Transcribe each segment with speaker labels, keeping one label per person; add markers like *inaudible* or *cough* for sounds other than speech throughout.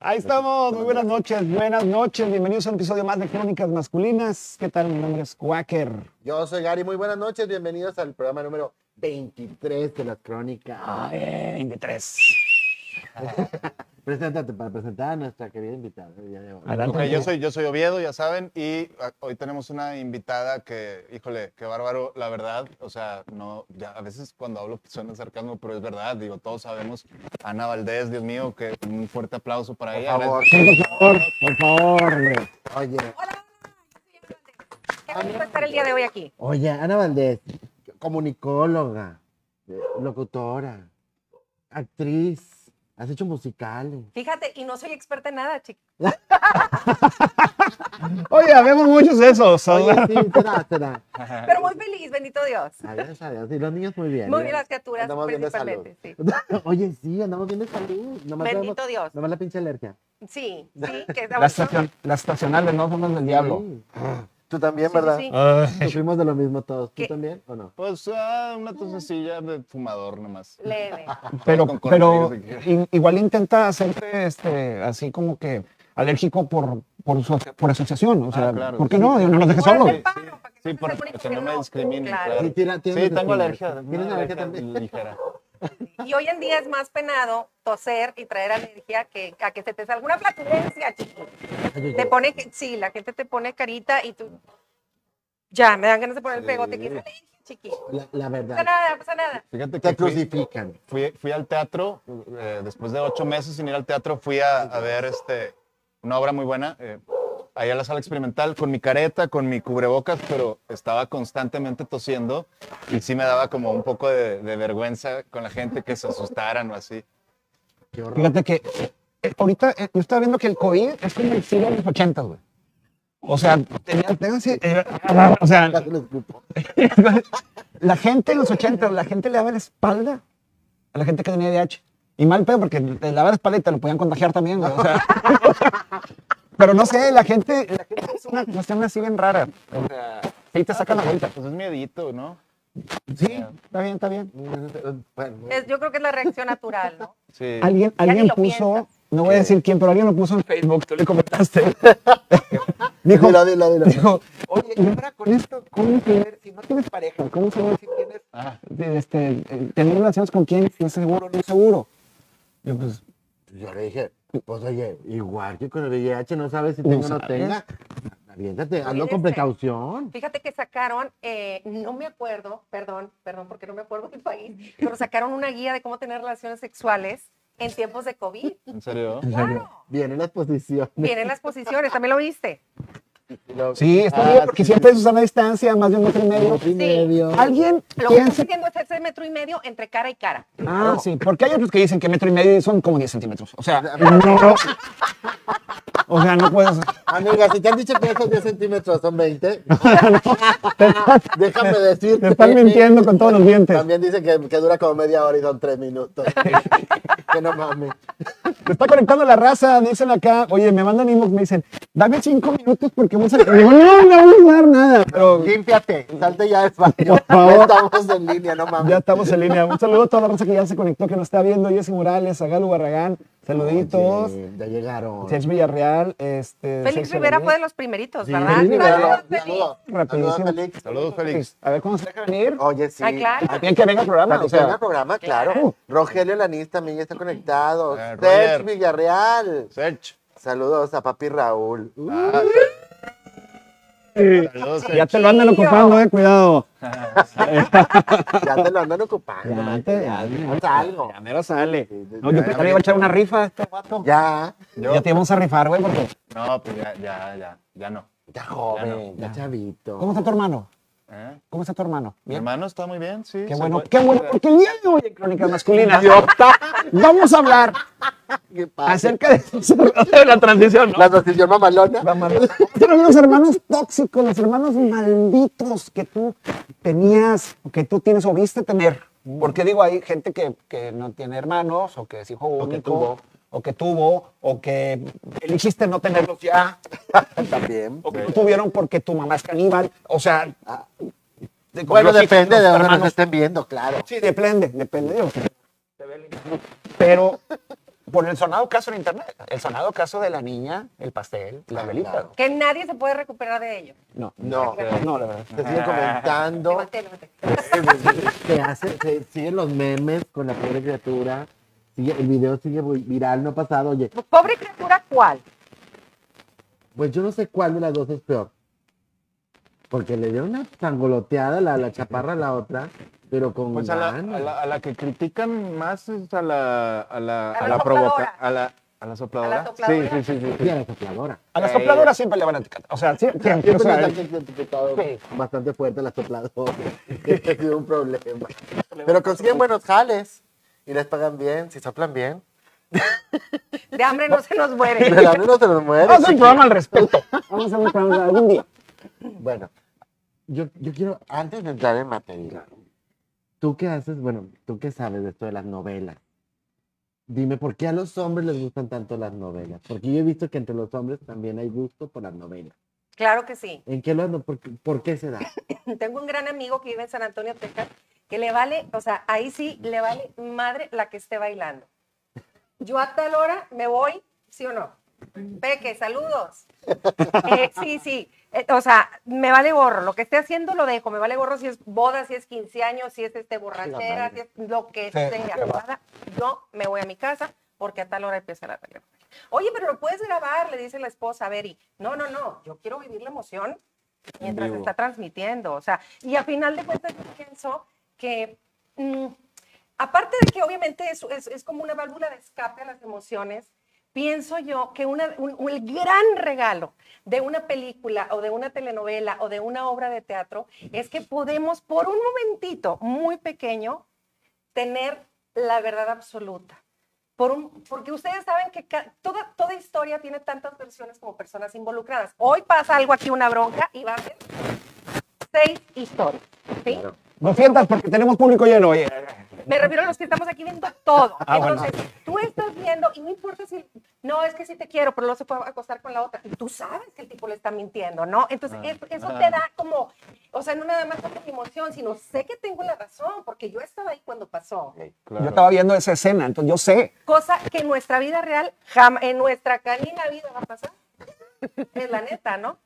Speaker 1: Ahí estamos, muy buenas noches, buenas noches, bienvenidos a un episodio más de Crónicas Masculinas. ¿Qué tal? Mi nombre es Quaker.
Speaker 2: Yo soy Gary, muy buenas noches, bienvenidos al programa número 23 de las crónicas.
Speaker 1: Ay, eh, 23.
Speaker 2: Preséntate para presentar a nuestra querida invitada. del día de hoy.
Speaker 1: Adelante.
Speaker 3: Ok, yo soy, yo soy Oviedo, ya saben, y ah, hoy tenemos una invitada que, híjole, qué bárbaro, la verdad, o sea, no, ya a veces cuando hablo suena sarcasmo, pero es verdad, digo, todos sabemos, Ana Valdés, Dios mío, que un fuerte aplauso para
Speaker 2: Por
Speaker 3: ella.
Speaker 2: favor.
Speaker 1: Por favor, por favor, hombre.
Speaker 2: Oye,
Speaker 4: Hola, soy Ana Valdés. Qué gusto estar el día de hoy aquí.
Speaker 2: oye, Ana Valdés, comunicóloga, eh, locutora, actriz, has hecho musicales.
Speaker 4: Fíjate, y no soy experta en nada, chica.
Speaker 1: Oye, vemos muchos de esos.
Speaker 2: Oye, sí, será, será.
Speaker 4: Pero muy feliz, bendito Dios.
Speaker 2: Ay, gracias a Dios. Y los niños muy Ah, bien.
Speaker 4: Muy
Speaker 2: ¿eh?
Speaker 4: bien las criaturas,
Speaker 2: Andamos bien de
Speaker 4: principalmente. Sí.
Speaker 2: *laughs* Oye, sí, andamos bien de salud. Nomás tenemos-
Speaker 4: Bendito Dios.
Speaker 2: nomás la pinche alergia.
Speaker 4: Sí,
Speaker 2: *laughs*
Speaker 4: sí, que
Speaker 1: Las,
Speaker 4: estamos.
Speaker 1: estacion- las estacionales no son las del diablo. Ah,
Speaker 2: Sí. Tú también,
Speaker 4: Sí,
Speaker 2: ¿verdad?
Speaker 4: sí, sí.
Speaker 2: Sufrimos de lo mismo todos. ¿Tú
Speaker 4: ¿Qué?
Speaker 2: también o no?
Speaker 3: Pues ah, una tosecilla de fumador nomás.
Speaker 4: Leve.
Speaker 1: Pero,
Speaker 3: Con
Speaker 1: pero
Speaker 3: coronavirus.
Speaker 1: i- igual intenta hacerte este, así como que alérgico por, por, su- por asociación. O sea,
Speaker 3: Ah, claro,
Speaker 1: ¿por qué
Speaker 3: sí.
Speaker 1: no? Digo, No los dejes
Speaker 4: Por
Speaker 1: solo.
Speaker 4: el paro, para que
Speaker 3: Sí,
Speaker 4: no
Speaker 3: por-
Speaker 4: seas el único
Speaker 3: que no me
Speaker 4: no.
Speaker 3: discriminen,
Speaker 4: Claro.
Speaker 3: claro.
Speaker 2: Sí, tira-
Speaker 3: Sí,
Speaker 2: tienes
Speaker 3: tengo
Speaker 2: espina.
Speaker 3: alergia.
Speaker 2: ¿Tienes
Speaker 3: una
Speaker 2: alergia también?
Speaker 3: *laughs* Ligera.
Speaker 4: Y hoy en día es más penado toser y traer alergia que a que se te salga una flatulencia, chico. Te pone, que- sí, la gente te pone carita y tú. Ya, me dan ganas de poner el pegote. que es alergia, chiquito.
Speaker 2: La, la
Speaker 4: No pasa
Speaker 2: verdad.
Speaker 4: nada, no pasa nada.
Speaker 3: Fíjate que
Speaker 2: Te
Speaker 1: *laughs*
Speaker 3: fui-
Speaker 2: crucifican.
Speaker 3: fui, fui al teatro, eh, después de ocho meses sin ir al teatro, fui a, a ver este, una obra muy buena, eh, ahí a la sala experimental, con mi careta, con mi cubrebocas, pero estaba constantemente tosiendo y sí me daba como un poco de, de vergüenza con la gente que se asustaran o así.
Speaker 2: Qué horror.
Speaker 1: Fíjate que eh, ahorita eh, yo estaba viendo que el COVID es como el siglo de los 80, güey. O sea, tenía- ténganse- eh, o sea, *laughs*
Speaker 2: Casi les escupo.
Speaker 1: la gente en los 80, la gente le daba la espalda a la gente que tenía VIH. Y mal pedo, porque te daba la espalda y te lo podían contagiar también, güey, o sea. *laughs* pero no sé, la gente, la gente es una cuestión así bien rara.
Speaker 3: O sea,
Speaker 1: Ahí te sacan la vuelta.
Speaker 3: pues es miedito, ¿no?
Speaker 1: Sí, está bien, está bien.
Speaker 2: Bueno,
Speaker 4: Es- yo creo que es la reacción natural, ¿no?
Speaker 3: Sí.
Speaker 1: Alguien,
Speaker 4: ni
Speaker 1: alguien
Speaker 4: lo
Speaker 1: puso,
Speaker 4: piensas.
Speaker 1: no voy a decir quién, pero alguien lo puso en Facebook, tú le
Speaker 4: *laughs*
Speaker 1: comentaste. Dijo,
Speaker 2: dilo, dilo, dilo.
Speaker 1: Dijo, oye, y ahora con esto, ¿cómo saber si no tienes pareja? ¿Cómo saber si tienes
Speaker 3: Ah,
Speaker 1: de- este, eh, tener relaciones con quién? Si es seguro o no es seguro. Yo, pues,
Speaker 2: Yo le dije, pues oye, igual que con el VIH no sabes si tengo o no
Speaker 1: sabes.
Speaker 2: tenga. Aviéntate, hazlo
Speaker 4: Cuídense.
Speaker 2: con precaución.
Speaker 4: Fíjate que sacaron, eh, no me acuerdo, perdón, perdón, porque no me acuerdo del país, pero sacaron una guía de cómo tener relaciones sexuales en tiempos de COVID.
Speaker 3: ¿en serio?
Speaker 1: en serio.
Speaker 4: Claro,
Speaker 2: Vienen las posiciones.
Speaker 4: vienen las posiciones, ¿también lo viste?
Speaker 2: Lo-
Speaker 1: Sí, está
Speaker 2: Ah,
Speaker 1: bien, porque
Speaker 2: sí,
Speaker 1: siempre es una distancia, más de un metro y medio.
Speaker 2: metro y medio.
Speaker 1: Alguien
Speaker 4: Lo que
Speaker 1: piensa.
Speaker 4: estoy viendo es ese metro y medio entre cara y cara.
Speaker 1: Ah, sí, porque hay otros que dicen que metro y medio son como 10 centímetros. O *laughs* sea, o sea, no puedes.
Speaker 2: Amiga, si te han dicho que esos 10 centímetros
Speaker 1: *laughs*
Speaker 2: son 20, déjame decirte.
Speaker 1: Te están mintiendo con todos los dientes.
Speaker 2: También dicen que, que dura como media hora y son
Speaker 1: *laughs*
Speaker 2: 3 minutos. que no mames.
Speaker 1: Se está conectando la raza, dicen acá, oye, me mandan inbox, me dicen, dame cinco minutos porque vamos a... Y digo, no, no voy a dar nada, pero
Speaker 2: Límpiate, salte ya del baño.
Speaker 1: Por favor.
Speaker 2: Ya Estamos en línea, no mames.
Speaker 1: ya estamos en línea. Un saludo a toda la raza que ya se conectó, que nos está viendo, Jesse Morales, a Galo Barragán, saluditos,
Speaker 2: Sí, ya llegaron.
Speaker 1: Sergio Villarreal, este...
Speaker 4: Félix
Speaker 1: Sergio
Speaker 4: Rivera
Speaker 1: Rodríguez.
Speaker 4: fue de los primeritos,
Speaker 2: Sí,
Speaker 4: ¿verdad?
Speaker 2: Félix Rivera,
Speaker 4: Saludos,
Speaker 2: saludos,
Speaker 4: Félix.
Speaker 2: saludos,
Speaker 1: Rapidísimo.
Speaker 2: Félix.
Speaker 3: Saludos, Félix.
Speaker 1: A ver cómo se deja venir.
Speaker 2: Oye, sí. Ah,
Speaker 4: Ay, Ah, claro.
Speaker 2: Aquí
Speaker 1: Bien que venga el programa, o sea,
Speaker 2: programa, claro.
Speaker 1: Claro.
Speaker 2: Rogelio Lanís también ya está conectado.
Speaker 3: Eh,
Speaker 2: Serge
Speaker 3: Roger.
Speaker 2: Villarreal.
Speaker 3: Serge.
Speaker 2: Saludos a papi Raúl. Uh,
Speaker 3: Ah, Serge. Saludos,
Speaker 1: ya
Speaker 3: Serge.
Speaker 1: te lo andan ocupando, eh, cuidado.
Speaker 2: ya te lo andan
Speaker 1: Ya,
Speaker 2: ocupando. man.
Speaker 1: te- ya,
Speaker 2: ya,
Speaker 1: ya,
Speaker 2: algo.
Speaker 1: ya mero sale.
Speaker 2: Sí, sí,
Speaker 1: No, yo
Speaker 3: ya,
Speaker 1: pensaba que
Speaker 3: ya.
Speaker 1: iba a echar una rifa a este vato.
Speaker 2: Ya,
Speaker 3: Yo-
Speaker 1: Ya te íbamos a rifar, güey, porque...
Speaker 3: No, pues ya, ya, ya, ya no.
Speaker 2: ya joven,
Speaker 3: Ya
Speaker 2: ya, chavito.
Speaker 1: ¿Cómo está tu hermano?
Speaker 3: ¿Eh?
Speaker 1: ¿Cómo está tu hermano?
Speaker 3: Mi hermano está muy bien, sí.
Speaker 1: Qué
Speaker 3: se
Speaker 1: bueno,
Speaker 3: fue-
Speaker 1: qué bueno, porque el día de hoy en Crónicas Masculinas vamos a hablar
Speaker 2: ¿Qué
Speaker 3: Ah,
Speaker 2: pasa?
Speaker 1: acerca de, de la transición, ¿no?
Speaker 2: La transición mamalona.
Speaker 1: Pero los hermanos tóxicos, los hermanos malditos que tú tenías, o que tú tienes o viste tener. Porque digo, hay gente que, que no tiene hermanos, o que es hijo único,
Speaker 2: que tuvo.
Speaker 1: o que tuvo, o que eligiste no tenerlos ya,
Speaker 2: También.
Speaker 1: o que no tuvieron porque tu mamá es caníbal. O sea, de-
Speaker 2: Bueno,
Speaker 1: los hijos,
Speaker 2: depende
Speaker 1: los
Speaker 2: de dónde nos
Speaker 1: hermanos
Speaker 2: estén viendo, claro.
Speaker 1: Sí, depende, depende. digo, te ve el- Pero por el sonado caso en internet. El sonado caso de la niña, el pastel, la
Speaker 2: Ah,
Speaker 1: velita.
Speaker 2: claro.
Speaker 4: Que nadie se puede recuperar de ello.
Speaker 1: No,
Speaker 2: No,
Speaker 1: no, la verdad.
Speaker 2: se
Speaker 1: *laughs*
Speaker 2: sigue comentando,
Speaker 4: Levanté, levanté.
Speaker 2: se hace, se siguen los memes con la pobre criatura, sigue- el video sigue muy viral, no ha pasado, oye,
Speaker 4: Pobre criatura, ¿cuál?
Speaker 2: pues yo no sé cuál de las dos es peor, porque le dio una sangoloteada la, la chaparra a la otra, pero con
Speaker 3: Pues a la,
Speaker 2: ganas.
Speaker 3: a la- a la que critican más es a la, a la,
Speaker 4: A la
Speaker 3: provoca-
Speaker 4: sopladora.
Speaker 3: a la, a la sopladora.
Speaker 4: sopladora.
Speaker 3: Sí, sí, sí. sí.
Speaker 2: Y a la sopladora.
Speaker 1: A las sopladoras siempre le van a etiquetar. O sea, siempre.
Speaker 2: Siempre
Speaker 1: o sea,
Speaker 2: nos han identificado bastante fuerte la sopladora. Este ha sido un problema. Pero consiguen buenos jales y les pagan bien, si soplan bien.
Speaker 4: De hambre no se nos
Speaker 2: *laughs*
Speaker 4: muere.
Speaker 2: Pero a mí no se los muere.
Speaker 1: Vamos a hacer un
Speaker 2: chiqui.
Speaker 1: programa al respecto. Vamos a hacer un programa algún día.
Speaker 2: Bueno, yo, yo quiero, antes de entrar en materia, tú qué haces, bueno, tú qué sabes de esto de las novelas. Dime, ¿por qué a los hombres les gustan tanto las novelas? Porque yo he visto que entre los hombres también hay gusto por las novelas.
Speaker 4: Claro que sí.
Speaker 2: ¿En qué lo ando? ¿Por, qué- por qué se da?
Speaker 4: *laughs* Tengo un gran amigo que vive en San Antonio, Texas, que le vale, o sea, ahí sí le vale madre la que esté bailando. Yo a tal hora me voy, ¿sí o no? Peque, saludos. Eh, sí, sí. Eh, o sea, me vale gorro. Lo que esté haciendo lo dejo. Me vale gorro si es boda, si es 15 años, si es este borrachera, si es lo que sea. nada. Yo me voy a mi casa porque a tal hora empieza la telenovela. Oye, pero lo puedes grabar, le dice la esposa a Beri. No, no, no. Yo quiero vivir la emoción mientras se está transmitiendo. O sea, y a final de cuentas yo pienso que, mm, aparte de que obviamente es, es- es como una válvula de escape a las emociones, pienso yo que una, un, un- el gran regalo de una película o de una telenovela o de una obra de teatro es que podemos por un momentito muy pequeño tener la verdad absoluta. Por un, porque ustedes saben que ca- toda, toda historia tiene tantas versiones como personas involucradas. Hoy pasa algo aquí, una bronca, y van a ser seis historias. ¿sí?
Speaker 1: No sientas porque tenemos público lleno. Oye,
Speaker 4: Me refiero a los que estamos aquí viendo todo.
Speaker 1: Ah, bueno.
Speaker 4: Entonces, tú estás viendo, y no importa si, no, es que sí te quiero, pero no se puede acostar con la otra. Y tú sabes que el tipo le está mintiendo, ¿no? Entonces,
Speaker 1: Ah,
Speaker 4: es- eso te da como, o sea, no nada más como mi emoción, sino sé que tengo la razón, porque yo estaba ahí cuando pasó.
Speaker 1: yo estaba viendo esa escena, entonces yo sé.
Speaker 4: Cosa que en nuestra vida real, jam- en nuestra canina vida va a pasar. Es la neta, ¿no?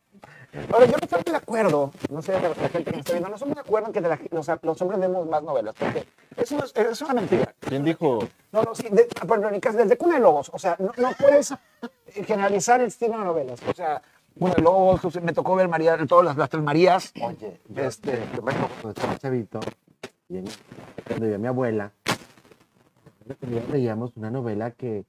Speaker 1: Ahora, yo no estoy de acuerdo, no sé, de la gente que me está viendo, no somos de acuerdo en que de la- los, los hombres vemos más novelas, porque eso es, es una mentira.
Speaker 3: ¿Quién dijo?
Speaker 1: No, no, sí, de, perdón, en caso- desde Cuna de Lobos, o sea, no, no puedes generalizar el estilo de novelas, o sea, Cuna de Lobos, o sea, me tocó ver María, todas las, las tres Marías,
Speaker 2: Oye, yo, este, yo me acuerdo cuando estaba chavito, y en- cuando vivía mi abuela, veíamos una novela que,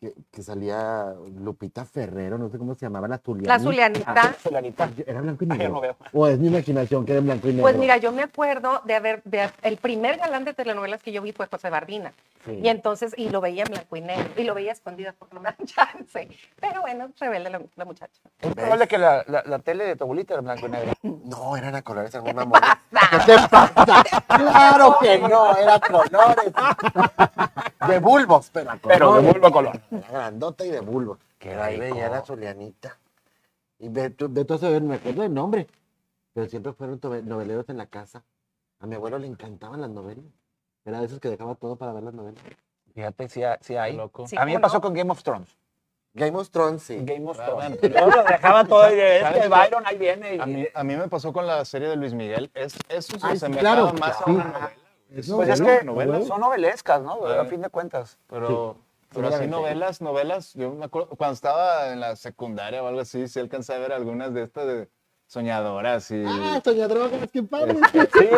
Speaker 2: que, que salía Lupita Ferrero, no sé cómo se llamaba, la Zulianita.
Speaker 4: La Ah, Zulianita.
Speaker 1: fulanita.
Speaker 2: Era blanco y
Speaker 1: Ay,
Speaker 2: negro.
Speaker 1: no veo.
Speaker 2: O es mi imaginación que era en blanco y negro.
Speaker 4: Pues mira, yo me acuerdo de haber, de- el primer galán de telenovelas que yo vi fue José Bardina.
Speaker 2: Sí.
Speaker 4: Y entonces, y lo veía en blanco y negro, y lo veía escondido porque no me dan *laughs* chance. Pero bueno, rebelde la, la muchacha.
Speaker 1: Es probable que la, la, la tele de tu abuelita era blanco y negro.
Speaker 2: No, eran a colores, eran una moda. ¿Qué te pasa? claro que no, era a colores. De bulbos, pero a colores.
Speaker 1: Pero de bulbo a color.
Speaker 2: Era grandota y de bulbos. Que ahí
Speaker 1: rico.
Speaker 2: veía la Zulianita. Y de, to- de todo eso yo no me acuerdo del nombre. Pero siempre fueron tove- noveleros en la casa. A mi abuelo le encantaban las novelas. Era de esos que dejaba todo para ver las novelas.
Speaker 1: Fíjate, si hay. sí hay.
Speaker 3: Loco.
Speaker 4: Sí,
Speaker 1: Pues, a mí me
Speaker 4: ¿cómo
Speaker 1: pasó
Speaker 4: no?
Speaker 1: con Game of Thrones.
Speaker 2: Game of Thrones, sí.
Speaker 1: Game of
Speaker 3: Ah,
Speaker 1: Thrones.
Speaker 3: bueno.
Speaker 1: *laughs* Yo lo dejaba todo y de
Speaker 3: ¿Sabes
Speaker 1: este
Speaker 3: qué?
Speaker 1: Byron, ahí viene. y-
Speaker 3: A mí, a mí me pasó con la serie de Luis Miguel. Es, eso se
Speaker 2: Ay,
Speaker 3: asemejaba
Speaker 2: claro,
Speaker 3: más
Speaker 2: sí.
Speaker 3: a una novela.
Speaker 2: Eso
Speaker 1: Pues es
Speaker 3: novela,
Speaker 1: que
Speaker 3: novela.
Speaker 1: son novelescas, ¿no? güey? A
Speaker 3: Ah.
Speaker 1: fin de cuentas.
Speaker 3: Pero, pero así novelas, novelas, yo me acuerdo, cuando estaba en la secundaria o algo así, sí alcancé a ver algunas de estas de soñadoras y,
Speaker 2: Ah, Soña Drogas, qué padre.
Speaker 5: *laughs*
Speaker 1: Sí,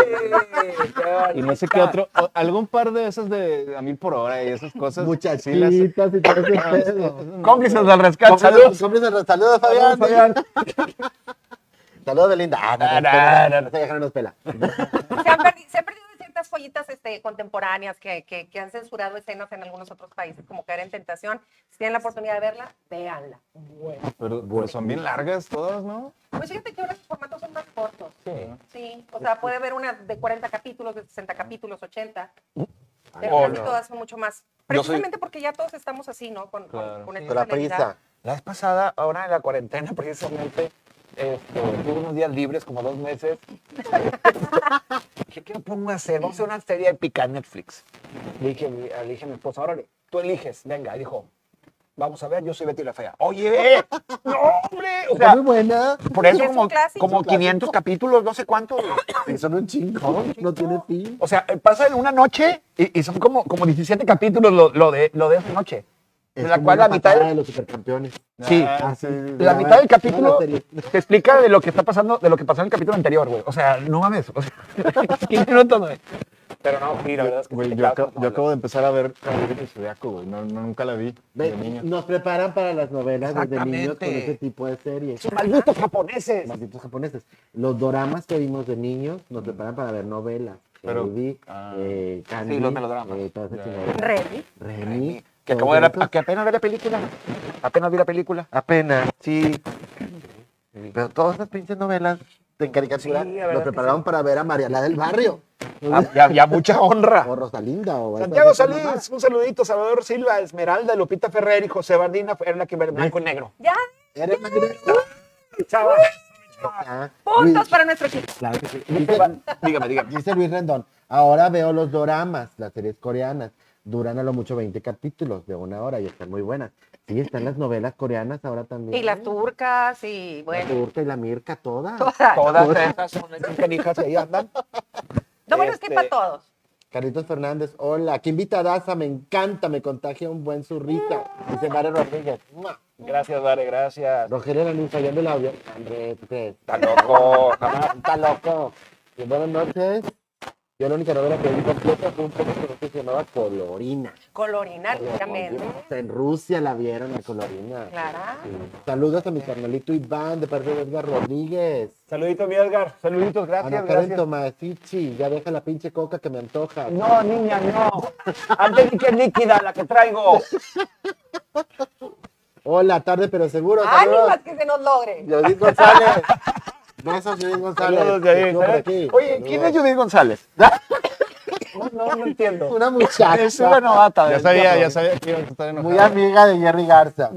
Speaker 3: y no sé qué otro, o algún par de esas de a mil por hora y esas cosas. sí las-
Speaker 2: Muchachitas y todo
Speaker 5: *laughs*
Speaker 2: ese pedo.
Speaker 1: Cómplices del rescate,
Speaker 2: Saludos,
Speaker 1: saludos.
Speaker 2: saludos, saludos, Fabián. *laughs* Saludos, Belinda. Ah, no,
Speaker 1: Ah,
Speaker 2: no,
Speaker 1: no,
Speaker 2: no,
Speaker 1: no,
Speaker 2: no, esa vieja no nos pela.
Speaker 4: Se han, perdi- se han perdido ciertas joyitas este, contemporáneas que, que- que han censurado escenas en algunos otros países, como Caer en Tentación. Si tienen la oportunidad de verla, véanla.
Speaker 3: Pero, pero son bien largas todas, ¿no?
Speaker 4: Pues fíjate que ahora los formatos son más cortos. Sí, o sea, puede ver una de 40 capítulos, de 60 capítulos, 80. Pero
Speaker 1: Oh,
Speaker 4: casi
Speaker 1: no.
Speaker 4: todas son mucho más.
Speaker 1: Yo soy-
Speaker 4: Precisamente porque ya todos estamos así, ¿no? Con, con-
Speaker 3: Claro.
Speaker 4: con esta
Speaker 2: Con la
Speaker 4: realidad.
Speaker 2: prisa.
Speaker 1: La vez pasada, ahora en la cuarentena, *laughs* precisamente, este, tuve unos días libres, como dos meses. Dije, ¿qué me pongo a hacer? Vamos a hacer una serie épica en Netflix. Le dije, a mi- le dije a mi esposa, órale, tú eliges, venga, y dijo, vamos a ver, yo soy Betty la Fea. Oye, no, hombre, o sea,
Speaker 5: muy buena.
Speaker 1: por eso
Speaker 4: Es un
Speaker 1: como,
Speaker 4: clásico.
Speaker 1: como 500 capítulos, no sé cuánto.
Speaker 5: Y son un chingón. No tiene fin.
Speaker 1: O sea, eh, pasa en una noche y, y son como, como 17 capítulos lo, lo de, lo de esa noche.
Speaker 5: Es
Speaker 1: De la
Speaker 5: como
Speaker 1: cual
Speaker 5: una
Speaker 1: la mitad,
Speaker 5: patada de los supercampeones.
Speaker 1: sí,
Speaker 3: Ah, sí,
Speaker 1: la
Speaker 5: la
Speaker 1: mitad del
Speaker 5: verdad, no
Speaker 1: capítulo
Speaker 5: la serie.
Speaker 1: te explica de lo que está pasando, de lo que pasó en el capítulo anterior, güey. O sea, no mames. O sea, *laughs* 15 minutos, güey. Pero no, sí, la verdad es que
Speaker 3: Güey,
Speaker 1: sí te
Speaker 3: yo,
Speaker 1: causa-
Speaker 3: acabo, yo acabo de empezar a ver Caballeros del Zodiaco, güey. No, no, nunca la vi
Speaker 5: Ve,
Speaker 3: de niño.
Speaker 5: Nos preparan para las novelas desde niños con
Speaker 1: Exactamente.
Speaker 5: ese tipo de series.
Speaker 1: Esos malditos japoneses.
Speaker 5: Malditos japoneses. Los doramas que vimos de niños nos preparan para ver novelas.
Speaker 3: Pero-
Speaker 5: Rudy,
Speaker 3: ah.
Speaker 5: eh, Candy,
Speaker 1: Sí, los melodramas.
Speaker 5: eh, todas esas
Speaker 3: Ya.
Speaker 5: chingaderas.
Speaker 4: Ready.
Speaker 5: Remy.
Speaker 1: Que acabo de ver la- que apenas vi la película. Apenas vi la película.
Speaker 5: Apenas, sí. Pero todas esas pinches novelas de caricatura
Speaker 1: Sí, la verdad
Speaker 5: lo
Speaker 1: que
Speaker 5: prepararon para ver a Mariala del Barrio.
Speaker 1: Ah, Ya, ya mucha honra.
Speaker 5: O Rosalinda. O
Speaker 1: Santiago
Speaker 5: esas
Speaker 1: Solís,
Speaker 5: mamadas.
Speaker 1: un saludito. Salvador Silva, Esmeralda, Lupita Ferrer y José Bardina. Era la que ver blanco y negro.
Speaker 4: Ya,
Speaker 5: Eres más directa.
Speaker 1: Chava.
Speaker 5: Ah,
Speaker 4: puntos
Speaker 5: Luis-
Speaker 4: para nuestro equipo.
Speaker 5: claro que sí. Dice-
Speaker 1: Dígame, dígame.
Speaker 5: Dice Luis Rendón, ahora veo los doramas, las series coreanas. Duran a lo mucho 20 capítulos de una hora y están muy buenas. Sí, están las novelas coreanas ahora también.
Speaker 4: Y las turcas y
Speaker 5: La
Speaker 4: bueno,
Speaker 5: turca y la mirca,
Speaker 4: *laughs*
Speaker 5: todas.
Speaker 4: todas.
Speaker 1: Todas esas son canijas y ahí andan.
Speaker 4: No, bueno, es que
Speaker 1: Este-
Speaker 4: para todos.
Speaker 5: Carlitos Fernández, hola. Qué invitadaza, me encanta, me contagia un buen zurrita. Dice Mario Rodríguez. ¡mua!
Speaker 1: Gracias, Dare, gracias.
Speaker 5: Rogelio Lanús, fallando el audio. Andrés, ¿qué?
Speaker 1: Está loco, jamás.
Speaker 5: este, está loco. Y buenas noches. Yo la única novela que vi completa fue un poco que se llamaba Colorina.
Speaker 4: Colorinar, obviamente.
Speaker 5: Hasta en Rusia la vieron a Colorina.
Speaker 4: Clara.
Speaker 5: Sí. Saludos a mi carnalito Iván de parte de Edgar Rodríguez.
Speaker 1: Saludito, mi Edgar. Saluditos, gracias,
Speaker 5: Ana Karen
Speaker 1: gracias.
Speaker 5: Tomasichi, ya deja la pinche coca que me antoja.
Speaker 1: No, niña, no. Antes di que es líquida, la que traigo.
Speaker 5: Hola, tarde pero seguro. Saludos.
Speaker 4: Ánimas que se nos logre.
Speaker 5: Judith González. Besos, Judith González.
Speaker 1: Saludos, Judith.
Speaker 5: Estuvo por aquí.
Speaker 1: Oye, ¿quién es
Speaker 5: Saludos.
Speaker 1: Judith González? No, no, no entiendo.
Speaker 5: Una muchacha.
Speaker 1: Es una novata.
Speaker 3: Ya
Speaker 1: del
Speaker 3: sabía,
Speaker 1: teatro.
Speaker 3: ya sabía que iba a estar enojado.
Speaker 5: Muy amiga de Jerry Garza.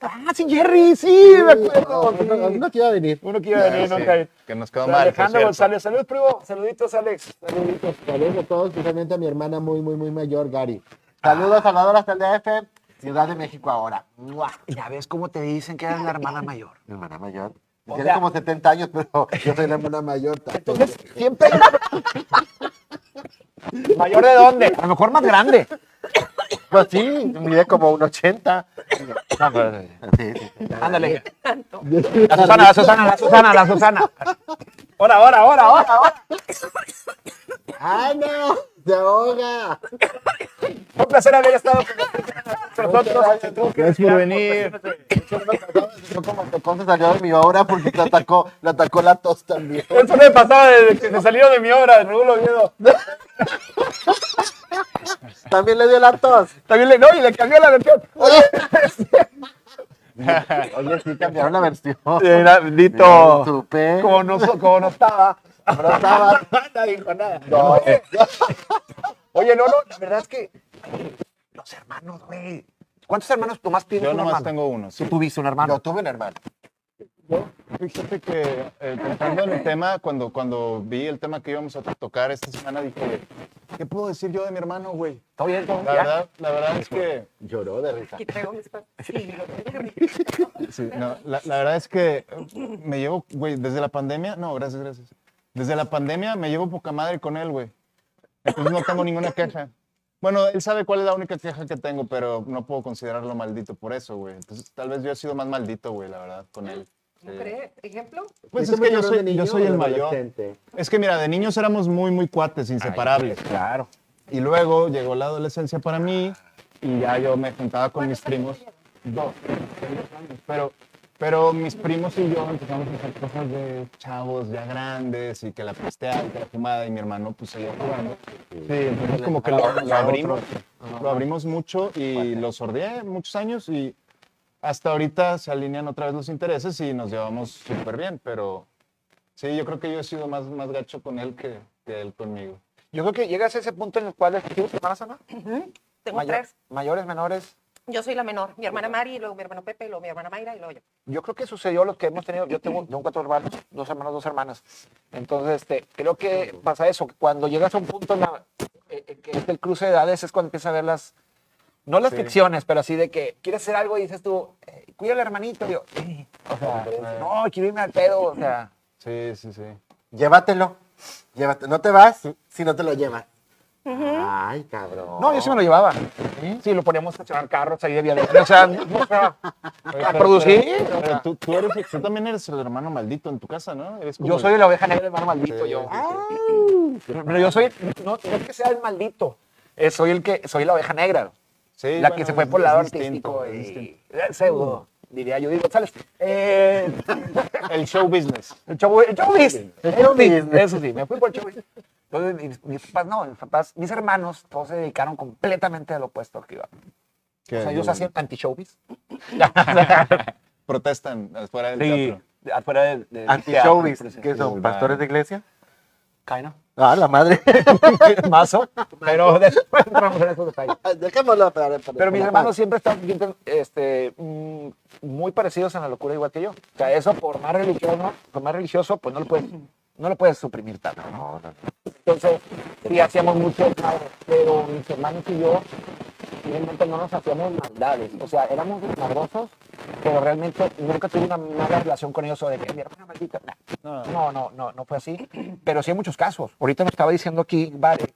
Speaker 1: Ah, sí, Jerry, sí, me acuerdo. sí.
Speaker 5: No, no quiero venir.
Speaker 1: Uno que iba a
Speaker 3: Ah,
Speaker 1: venir,
Speaker 3: sí,
Speaker 1: nunca vino.
Speaker 3: Que nos quedó
Speaker 1: Pero
Speaker 3: mal. por
Speaker 1: Alejandro
Speaker 3: cierto.
Speaker 1: González, saludos, primo. Saluditos, Alex.
Speaker 5: Saludos, saludos a todos, especialmente a mi hermana muy, muy, muy mayor, Gary. Saludos, Salvador, hasta el DF, Ciudad de México ahora. ¡Mua!
Speaker 1: Ya ves cómo te dicen que eres la hermana mayor.
Speaker 5: Mi hermana mayor.
Speaker 1: O
Speaker 5: Tiene
Speaker 1: sea-
Speaker 5: como 70 años,
Speaker 1: *laughs*
Speaker 5: pero yo soy la hermana mayor.
Speaker 1: Entonces, siempre. ¿Mayor de dónde? A lo mejor más grande.
Speaker 5: Pues sí, mide como un 80. Sí, sí, sí.
Speaker 1: Ándale. La Susana, la Susana, la Susana, la Susana. Ahora, ahora, ahora, ahora, ahora. ¡Ah,
Speaker 5: ¡Ay, no! ¡Se ahoga!
Speaker 1: Un placer haber estado con nosotros.
Speaker 3: Gracias por venir.
Speaker 5: Yo como tocón se salió de mi obra porque la atacó, la atacó la tos también.
Speaker 1: Eso me pasaba desde que se salieron de mi obra, Raúl Oviedo.
Speaker 5: También le dio la tos.
Speaker 1: También le, no, y le cambió la versión.
Speaker 5: Oye, sí cambiaron la versión.
Speaker 3: *laughs*
Speaker 1: Era bendito.
Speaker 5: Supe.
Speaker 1: Como no, so- como no estaba.
Speaker 5: Pero estaba-
Speaker 1: *laughs* No dijo nada. Oye,
Speaker 5: eh.
Speaker 1: *laughs* oye, no, no, la verdad es que los hermanos, güey. ¿Cuántos hermanos Tomás tienes
Speaker 3: Yo
Speaker 1: un
Speaker 3: nomás
Speaker 1: hermano?
Speaker 3: tengo uno.
Speaker 1: Si
Speaker 3: sí.
Speaker 1: tuviste un hermano.
Speaker 5: Yo tuve un hermano.
Speaker 3: Fíjate que eh, pensando en el tema, cuando, cuando vi el tema que íbamos a tocar esta semana, dije, ¿qué puedo decir yo de mi hermano, güey?
Speaker 1: ¿Todo bien? todo
Speaker 3: La
Speaker 1: bien?
Speaker 3: verdad, la verdad es que...
Speaker 5: Lloró de risa.
Speaker 4: Aquí traigo mis cosas. Sí,
Speaker 3: Sí, no, la, la verdad es que eh, me llevo, güey, desde la pandemia, no, gracias, gracias. Desde la pandemia me llevo poca madre con él, güey. Entonces no tengo ninguna queja. Bueno, él sabe cuál es la única queja que tengo, pero no puedo considerarlo maldito por eso, güey. Entonces tal vez yo he sido más maldito, güey, la verdad, con él. Eh,
Speaker 4: ¿No crees? ¿Ejemplo?
Speaker 3: Pues
Speaker 5: ¿Tú
Speaker 3: es
Speaker 5: me
Speaker 3: que yo
Speaker 5: lloró de
Speaker 3: soy, yo
Speaker 5: niño
Speaker 3: soy
Speaker 5: o
Speaker 3: el
Speaker 5: de
Speaker 3: mayor.
Speaker 5: adolescente?
Speaker 3: Es que mira, de niños éramos muy, muy cuates, inseparables.
Speaker 1: Claro.
Speaker 3: Y luego llegó la adolescencia para mí y ya yo me juntaba con mis primos. Dos. Pero, pero mis primos y yo empezamos a hacer cosas de chavos ya grandes y que la pisteada y que la fumada y mi hermano pues seguía jugando. Sí, entonces como que lo, lo abrimos, lo abrimos mucho y lo sordié muchos años y hasta ahorita se alinean otra vez los intereses y nos llevamos súper bien, pero sí, yo creo que yo he sido más, más gacho con él que, que él conmigo.
Speaker 1: Yo creo que llegas a ese punto en el cual ¿Tienes hermanas, Ana?
Speaker 4: Tengo
Speaker 1: Mayor-
Speaker 4: tres.
Speaker 1: Mayores, menores.
Speaker 4: Yo soy la menor. Mi hermana Mari, y luego mi hermano Pepe, y luego mi hermana Mayra y luego yo.
Speaker 1: Yo creo que sucedió lo que hemos tenido. Yo tengo, tengo cuatro hermanos, dos hermanos, dos hermanas. Entonces, este, creo que pasa eso. que Cuando llegas a un punto en la- eh, eh, que es el cruce de edades, es cuando empiezas a ver las, No las
Speaker 3: Sí.
Speaker 1: ficciones, pero así de que quieres hacer algo y dices tú, eh, cuida al hermanito. Y yo, eh, o sea, no, quiero irme al pedo, o sea.
Speaker 3: Sí, sí, sí.
Speaker 5: Llévatelo. Llévate- No te vas si no te lo llevas. Ay, cabrón.
Speaker 1: No, yo sí me lo llevaba. Sí, lo poníamos a estacionar carros ahí de viadero. O sea, no, o sea,
Speaker 3: Oye,
Speaker 1: a
Speaker 3: pero-
Speaker 1: producir.
Speaker 3: Pero, pero tú, tú eres- tú también eres el hermano maldito en tu casa, ¿no? Eres como
Speaker 1: Yo
Speaker 3: el-
Speaker 1: soy la oveja negra, hermano maldito,
Speaker 3: Sí,
Speaker 1: yo.
Speaker 3: sí,
Speaker 1: Pero yo soy, no, no es que sea el maldito, eh, soy el que, soy la oveja negra,
Speaker 3: Sí,
Speaker 1: la
Speaker 3: bueno,
Speaker 1: que se fue
Speaker 3: es-
Speaker 1: por el
Speaker 3: es
Speaker 1: lado
Speaker 3: distinto,
Speaker 1: artístico
Speaker 3: es
Speaker 1: y
Speaker 3: distinto.
Speaker 1: eh, pseudo, diría yo, digo, sales. Eh,
Speaker 3: El show business.
Speaker 1: el chavo, el chavo business,
Speaker 5: El
Speaker 1: el
Speaker 5: show
Speaker 1: show
Speaker 5: business.
Speaker 1: business, eso sí, me fui por el chavo business. Entonces, mis, mis papás, no, mis papás, mis hermanos, todos se dedicaron completamente a lo opuesto que iba. O sea, ellos hacían anti-showbiz.
Speaker 3: Protestan afuera del
Speaker 1: Sí,
Speaker 3: teatro.
Speaker 1: afuera del de,
Speaker 5: Anti-showbiz.
Speaker 1: que
Speaker 5: ¿Qué son?
Speaker 3: Urbano.
Speaker 5: ¿Pastores de iglesia?
Speaker 1: Kinda.
Speaker 5: Ah, la madre.
Speaker 1: *laughs* Mazo. Pero
Speaker 5: *laughs*
Speaker 1: después entramos en esos detalles.
Speaker 5: Ah, Dejémoslo para, para-
Speaker 1: Pero mis
Speaker 5: para-
Speaker 1: hermanos siempre están bien, este, mm, muy parecidos en la locura igual que yo. O sea, eso por más religioso, por más religioso pues no lo puedes, no lo puedes suprimir tanto.
Speaker 5: No, no, no.
Speaker 1: Entonces, sí hacíamos mucho, claro, pero mis hermanos y yo realmente no nos hacíamos maldades. O sea, éramos desmadrosos, pero realmente nunca tuve una mala relación con ellos o de que mi hermana maldita. nah.
Speaker 3: No.
Speaker 1: No, no, no, no fue así. Pero sí hay muchos casos. Ahorita nos estaba diciendo aquí Vare,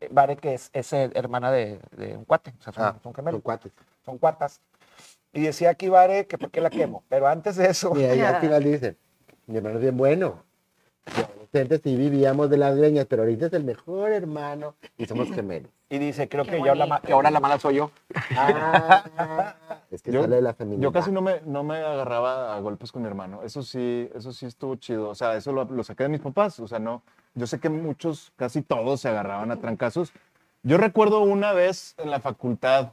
Speaker 1: eh, Vare que es, es, eh, hermana de, de un cuate, o sea, son,
Speaker 5: Ah,
Speaker 1: son
Speaker 5: Son
Speaker 1: gemelos,
Speaker 5: cuates.
Speaker 1: son cuartas. Y decía aquí Vare que por qué la quemo. Pero antes de eso,
Speaker 5: *laughs* Mira, ya Aníbal dice, mi hermano es bien bueno. Antes sí vivíamos de las greñas, pero ahorita es el mejor hermano y somos
Speaker 3: *laughs*
Speaker 5: gemelos.
Speaker 1: y dice, creo
Speaker 4: Qué
Speaker 1: que, yo la ma- que ahora la mala soy yo.
Speaker 5: Ah, es que
Speaker 3: Yo-
Speaker 5: sale de la familia.
Speaker 3: Yo casi no me, no me agarraba a golpes con mi hermano. Eso sí, eso sí estuvo chido. O sea, eso lo, lo saqué de mis papás. O sea, no. Yo sé que muchos, casi todos, se agarraban a trancazos. Yo recuerdo una vez en la facultad,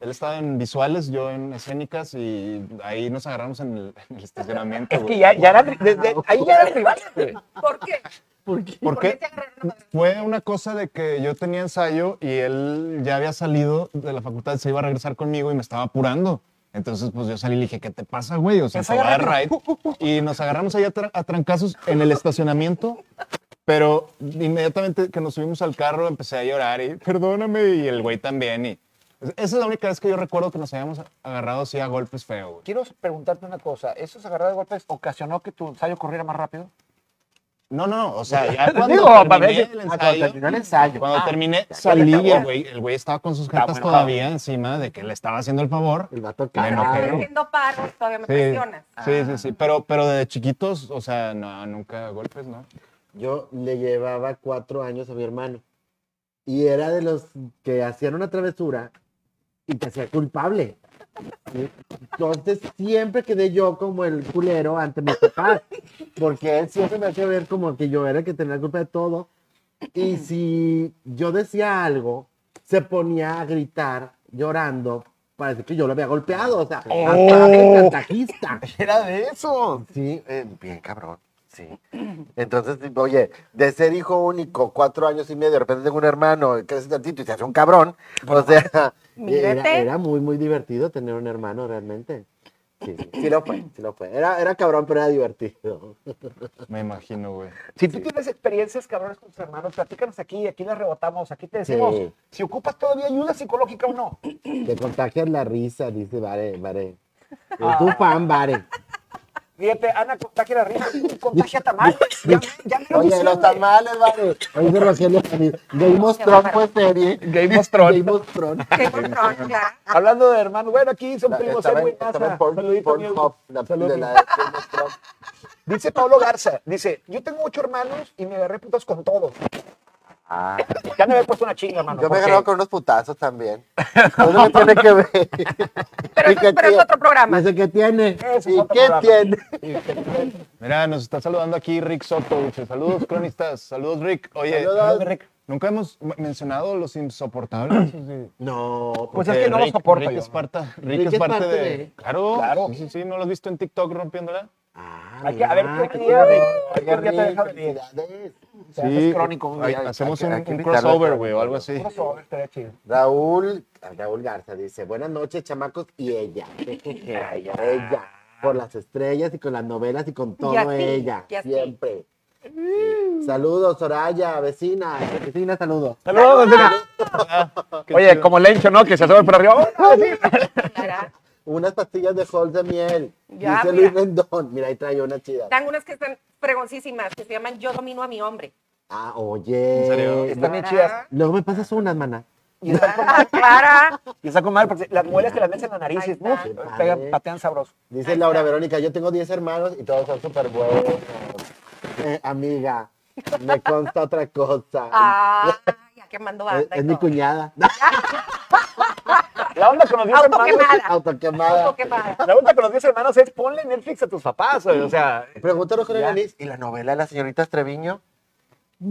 Speaker 3: él estaba en visuales, yo en escénicas, y ahí nos agarramos en el, en el
Speaker 1: *laughs*
Speaker 3: estacionamiento.
Speaker 1: Es que
Speaker 3: güey.
Speaker 1: ya, ya eran, desde ahí ya eran rivales. güey.
Speaker 4: ¿Por qué?
Speaker 3: ¿Por
Speaker 4: qué
Speaker 3: qué?
Speaker 4: te agarraron a madrazos?
Speaker 3: Fue una cosa de que yo tenía ensayo y él ya había salido de la facultad, se iba a regresar conmigo y me estaba apurando. Entonces, pues yo salí y le dije, ¿qué te pasa, güey? O sea, se
Speaker 1: Ensayo
Speaker 3: va de ride.
Speaker 1: rápido.
Speaker 3: Y nos agarramos ahí a, tra- a trancazos en el estacionamiento. Pero inmediatamente que nos subimos al carro, empecé a llorar y perdóname. Y el güey también. Y esa es la única vez que yo recuerdo que nos habíamos agarrado así a golpes feo, güey.
Speaker 1: Quiero preguntarte una cosa. ¿Esos agarrados de golpes ocasionó que tu ensayo corriera más rápido?
Speaker 3: No, no, no. O sea, ya cuando
Speaker 1: Digo, para ver
Speaker 3: terminé
Speaker 1: si-
Speaker 3: el
Speaker 5: Ah, cuando
Speaker 3: ensayo,
Speaker 5: terminó el ensayo.
Speaker 3: Cuando
Speaker 5: Ah,
Speaker 3: terminé,
Speaker 5: ya,
Speaker 3: salí
Speaker 5: ya te
Speaker 3: y el
Speaker 5: acabó.
Speaker 3: güey, el güey estaba con sus cartas
Speaker 1: bueno,
Speaker 3: todavía encima de que le estaba haciendo el favor.
Speaker 5: El vato
Speaker 3: Me
Speaker 4: Ahora que
Speaker 3: enojé.
Speaker 4: estoy
Speaker 5: carajo.
Speaker 4: haciendo paros, todavía me
Speaker 3: Sí,
Speaker 4: presionas.
Speaker 3: sí, sí, sí. Pero, pero de chiquitos, o sea, no, nunca golpes, ¿no?
Speaker 5: Yo le llevaba cuatro años a mi hermano. Y era de los que hacían una travesura y te hacía culpable. ¿sí? Entonces siempre quedé yo como el culero ante mis papás. Porque él siempre me hacía ver como que yo era el que tenía la culpa de todo. Y si yo decía algo, se ponía a gritar llorando para decir que yo lo había golpeado. O sea, hasta de chantajista.
Speaker 1: Era de eso.
Speaker 5: Sí, eh, bien cabrón, sí. Entonces, tipo, oye, de ser hijo único, cuatro años y medio, de repente tengo un hermano, crece tantito y se hace un cabrón. O sea, era,
Speaker 4: Mírate.
Speaker 5: era muy, muy divertido tener un hermano realmente. Sí, sí, sí lo fue, sí lo fue. Era, era cabrón, pero era divertido.
Speaker 3: Me imagino, güey.
Speaker 1: Si tú tienes experiencias cabrones con tus hermanos, platícanos aquí, aquí las rebotamos, aquí te decimos
Speaker 5: Sí.
Speaker 1: si ocupas todavía ayuda psicológica o no.
Speaker 5: Te contagias la risa, dice Vare, Vare. Es tu fan, Vare.
Speaker 1: Fíjate, Ana contagia la risa,
Speaker 5: *laughs*
Speaker 1: contagia tamales. Ya, ya me lo
Speaker 5: Oye,
Speaker 1: hicieron,
Speaker 5: los
Speaker 1: güey.
Speaker 5: tamales, Vare. Oye, Rogelio, Game of Thrones fue serie. Game of Thrones. Game of
Speaker 1: *laughs*
Speaker 5: Thrones.
Speaker 4: Qué control, claro.
Speaker 1: Hablando de hermano, bueno, aquí son
Speaker 5: La-
Speaker 1: primos
Speaker 5: estaba
Speaker 1: en
Speaker 5: en-
Speaker 1: Buenasa.
Speaker 5: estaba en Porn-
Speaker 1: Saludito, amigo.
Speaker 5: Pornhub, la- de
Speaker 1: Saludos.
Speaker 5: la de Game of Thrones.
Speaker 1: Dice Pablo Garza, dice, yo tengo ocho hermanos y me agarré putas con todos. Ya me había puesto una chinga, hermano.
Speaker 5: Ah. Yo me he
Speaker 1: porque-
Speaker 5: agarrado con unos putazos también. Eso no tiene que ver.
Speaker 4: Pero,
Speaker 5: ¿Y
Speaker 4: eso- pero
Speaker 5: qué
Speaker 4: es
Speaker 5: tiene?
Speaker 4: otro programa.
Speaker 5: Dice que tiene.
Speaker 1: Ese es
Speaker 5: ¿Y
Speaker 1: otro
Speaker 5: qué
Speaker 1: programa.
Speaker 5: tiene?
Speaker 3: Mira, nos está saludando aquí Rick Soto. dice, saludos, cronistas. Saludos, Rick. Oye,
Speaker 5: Saludos.
Speaker 1: Rick.
Speaker 3: nunca hemos m- mencionado los insoportables. Sí.
Speaker 5: No,
Speaker 1: Pues
Speaker 5: porque
Speaker 1: es que no los
Speaker 3: Rick-
Speaker 1: soporto
Speaker 3: Rick
Speaker 1: yo.
Speaker 3: es, parta- Rick es parte de... Claro,
Speaker 1: Claro.
Speaker 3: Sí, sí, sí, ¿no lo has visto en TikTok rompiéndola?
Speaker 5: Ah,
Speaker 1: Hay que- a ver,
Speaker 5: mira,
Speaker 1: ¿qué día, Rick?
Speaker 5: Oye,
Speaker 1: ¿Qué día te
Speaker 5: Rick,
Speaker 1: deja venir?
Speaker 5: felicidades.
Speaker 1: Te haces crónico un
Speaker 3: Ay,
Speaker 1: día.
Speaker 3: eh, hacemos
Speaker 5: hay que-
Speaker 3: un,
Speaker 5: hay que
Speaker 3: un
Speaker 5: invitarlo a
Speaker 3: crossover,
Speaker 5: Crónico.
Speaker 3: güey, o algo así.
Speaker 1: Puro sobre, estaría chido.
Speaker 5: Raúl, Raúl Garza dice, buenas noches, chamacos, y ella.
Speaker 2: *laughs*
Speaker 5: ella. Por las estrellas y con las novelas y con todo
Speaker 4: a ti,
Speaker 5: ella.
Speaker 4: y a ti.
Speaker 5: siempre.
Speaker 2: Saludos, Soraya, vecina. Vecina, saludos.
Speaker 5: Saludos, Gonzalo.
Speaker 3: Ah, qué
Speaker 5: Oye,
Speaker 3: chido.
Speaker 5: como Lencho, ¿no? Que se asoma por arriba. ¡Ah, sí! *laughs*
Speaker 4: Clara.
Speaker 2: Unas pastillas de Halls de miel.
Speaker 4: Ya,
Speaker 2: Dice
Speaker 4: mira.
Speaker 2: Luis Rendón. Mira, ahí trae una chida.
Speaker 4: Están unas que están fregoncísimas, que se llaman Yo domino a mi hombre.
Speaker 2: Ah, oye.
Speaker 3: ¿En serio?
Speaker 5: Están bien chidas.
Speaker 2: Luego me pasas unas, mana.
Speaker 5: Y está con,
Speaker 4: Ah, Clara.
Speaker 5: y está con madre porque las muelas que las metes en la nariz
Speaker 4: Ahí
Speaker 5: y
Speaker 4: está.
Speaker 5: uf, pegan, patean sabroso.
Speaker 2: Dice Laura Verónica, yo tengo 10 hermanos y todos son súper buenos. Eh, amiga, me consta otra cosa.
Speaker 4: Ah, ya quemando
Speaker 2: es,
Speaker 4: banda. y
Speaker 2: es mi
Speaker 4: todo.
Speaker 2: cuñada.
Speaker 5: La onda con los 10 hermanos.
Speaker 4: Autoquemada.
Speaker 2: Autoquemada.
Speaker 4: Autoquemada.
Speaker 5: La onda con los 10 hermanos es ponle Netflix a tus papás. güey, O sea,
Speaker 2: Pregúntanos con
Speaker 5: Ya.
Speaker 2: ¿Y la novela de las señoritas Treviño?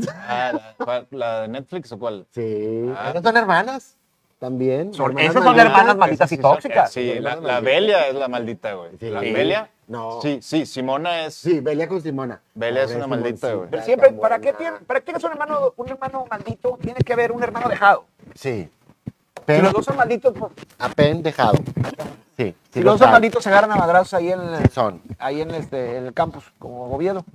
Speaker 3: Ah, ¿la, cuál- la de Netflix o cuál?
Speaker 2: Sí.
Speaker 3: Ah.
Speaker 2: ¿No son hermanas? También.
Speaker 5: son,
Speaker 2: hermanas
Speaker 5: esas son hermanas
Speaker 2: malditas.
Speaker 5: malditas y tóxicas.
Speaker 3: Sí, la, la Belia es la maldita, güey.
Speaker 2: Sí.
Speaker 3: ¿La Belia?
Speaker 2: No.
Speaker 3: Sí, sí, Simona es...
Speaker 2: Sí, Belia con Simona.
Speaker 3: Belia es
Speaker 2: Pobre
Speaker 3: una maldita,
Speaker 2: Simoncita,
Speaker 3: güey.
Speaker 5: Pero siempre,
Speaker 2: tan
Speaker 5: ¿para qué,
Speaker 2: buena.
Speaker 5: tiene- ¿para qué eres un hermano, un hermano maldito? Tiene que haber un hermano dejado.
Speaker 2: Sí.
Speaker 5: Si
Speaker 2: Pero
Speaker 5: los dos son malditos, pues,
Speaker 2: apendejado. Sí.
Speaker 5: si los dos son malditos se agarran a madrazos ahí en el,
Speaker 2: Son.
Speaker 5: ahí en este, en el campus, como gobierno.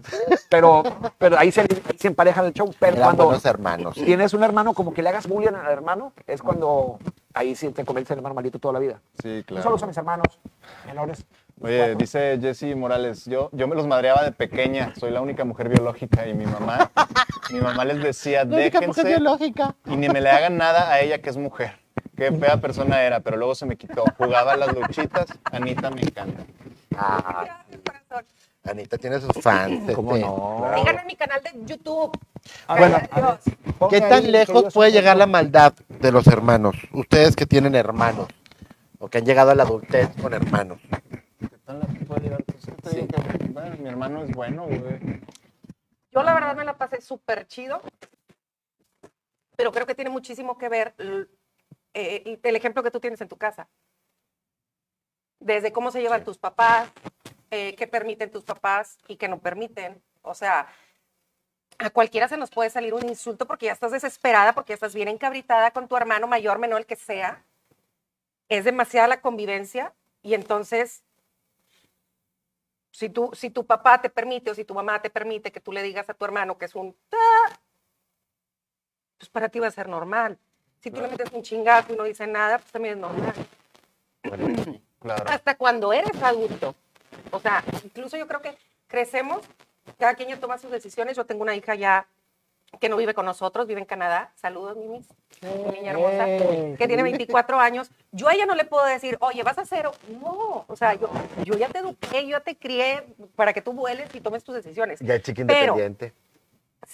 Speaker 5: Pero, pero ahí se, ahí se empareja el show. Pero
Speaker 2: Eran
Speaker 5: cuando
Speaker 2: buenos hermanos.
Speaker 5: tienes un hermano, como que le hagas bullying al hermano, es cuando ahí sí te conviertes en hermano maldito toda la vida.
Speaker 3: Sí,
Speaker 5: No
Speaker 3: claro.
Speaker 5: solo son mis hermanos menores. los
Speaker 3: Oye,
Speaker 5: cuatro.
Speaker 3: dice Jesse Morales, yo, yo me los madreaba de pequeña, soy la única mujer biológica y mi mamá, mi mamá les decía, déjense
Speaker 2: biológica.
Speaker 3: y ni me le hagan nada a ella que es mujer. Qué fea persona era, pero luego se me quitó. Jugaba a las luchitas, Anita me encanta.
Speaker 4: Gracias, corazón.
Speaker 2: Anita tiene sus fans.
Speaker 5: ¿Cómo
Speaker 2: este.
Speaker 5: no?
Speaker 4: Síganme en mi canal de YouTube.
Speaker 5: Ah, bueno,
Speaker 4: Gracias a Dios.
Speaker 2: ¿Qué
Speaker 5: Ponga ahí
Speaker 2: tan
Speaker 5: que
Speaker 2: lejos
Speaker 5: ellos
Speaker 2: puede
Speaker 5: son-
Speaker 2: llegar la maldad de los hermanos? Ustedes que tienen hermanos o que han llegado a la adultez con hermanos.
Speaker 3: pues, Te digo que, bueno, mi hermano es bueno, güey.
Speaker 4: Yo la verdad me la pasé súper chido, pero creo que tiene muchísimo que ver l- eh, el ejemplo que tú tienes en tu casa. Desde cómo se llevan tus papás, eh, qué permiten tus papás y qué no permiten. O sea, a cualquiera se nos puede salir un insulto porque ya estás desesperada, porque ya estás bien encabritada con tu hermano mayor, menor, el que sea. Es demasiada la convivencia y entonces si, tú, si tu papá te permite o si tu mamá te permite que tú le digas a tu hermano que es un... ta, Pues para ti va a ser normal. Si tú le metes un chingazo y no dice nada, pues también es normal.
Speaker 3: Claro.
Speaker 4: Hasta cuando eres adulto. O sea, incluso yo creo que crecemos, cada quien ya toma sus decisiones. Yo tengo una hija ya que no vive con nosotros, vive en Canadá. Saludos, Mimis. Mi niña hermosa, que tiene 24 años. Yo a ella no le puedo decir, oye, vas a hacer. No, o sea, yo, yo ya te eduqué, yo ya te crié para que tú vueles y tomes tus decisiones.
Speaker 2: Ya es chica
Speaker 4: Pero-
Speaker 2: independiente.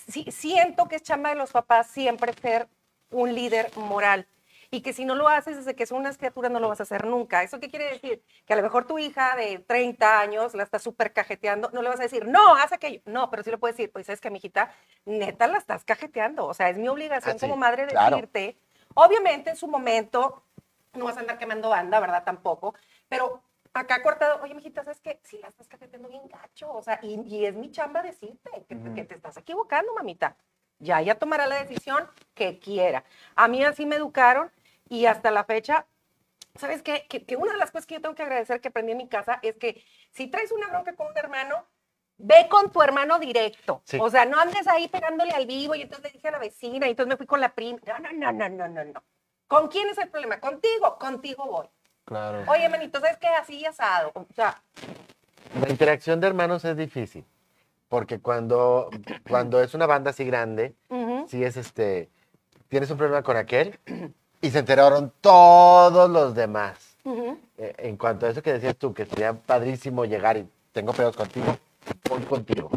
Speaker 4: Sí, siento que es chamba de los papás siempre ser un líder moral. Y que si no lo haces desde que son unas criaturas, no lo vas a hacer nunca. ¿Eso qué quiere decir? Que a lo mejor tu hija de 30 años la está súper cajeteando. No le vas a decir, no, haz aquello. No, pero sí le puedes decir, pues es que, mijita, neta la estás cajeteando. O sea, es mi obligación
Speaker 2: Ah, sí,
Speaker 4: como madre
Speaker 2: claro.
Speaker 4: decirte. Obviamente, en su momento, no vas a andar quemando banda, ¿verdad? Tampoco. Pero acá cortado, oye, mijita, ¿sabes qué? Si la estás cajeteando bien gacho, o sea, y, y es mi chamba decirte que, te- que te estás equivocando, mamita. Ya, ya tomará la decisión que quiera. A mí así me educaron y hasta la fecha, ¿sabes qué? Que, que una de las cosas que yo tengo que agradecer que aprendí en mi casa es que si traes una bronca con un hermano, ve con tu hermano directo.
Speaker 2: Sí.
Speaker 4: O sea, no andes ahí pegándole al vivo y entonces le dije a la vecina y entonces me fui con la prima. No, no, no, no, no, no, no. ¿Con quién es el problema? Contigo, contigo voy.
Speaker 3: Claro.
Speaker 4: Oye, manito, ¿sabes qué? Así y asado. O sea,
Speaker 2: La interacción de hermanos es difícil. Porque cuando, cuando es una banda así grande,
Speaker 4: ujú.
Speaker 2: si es este, tienes un problema con aquel y se enteraron todos los demás.
Speaker 4: Ujú.
Speaker 2: Eh, en cuanto a eso que decías tú, que sería padrísimo llegar y tengo pedos contigo, voy contigo.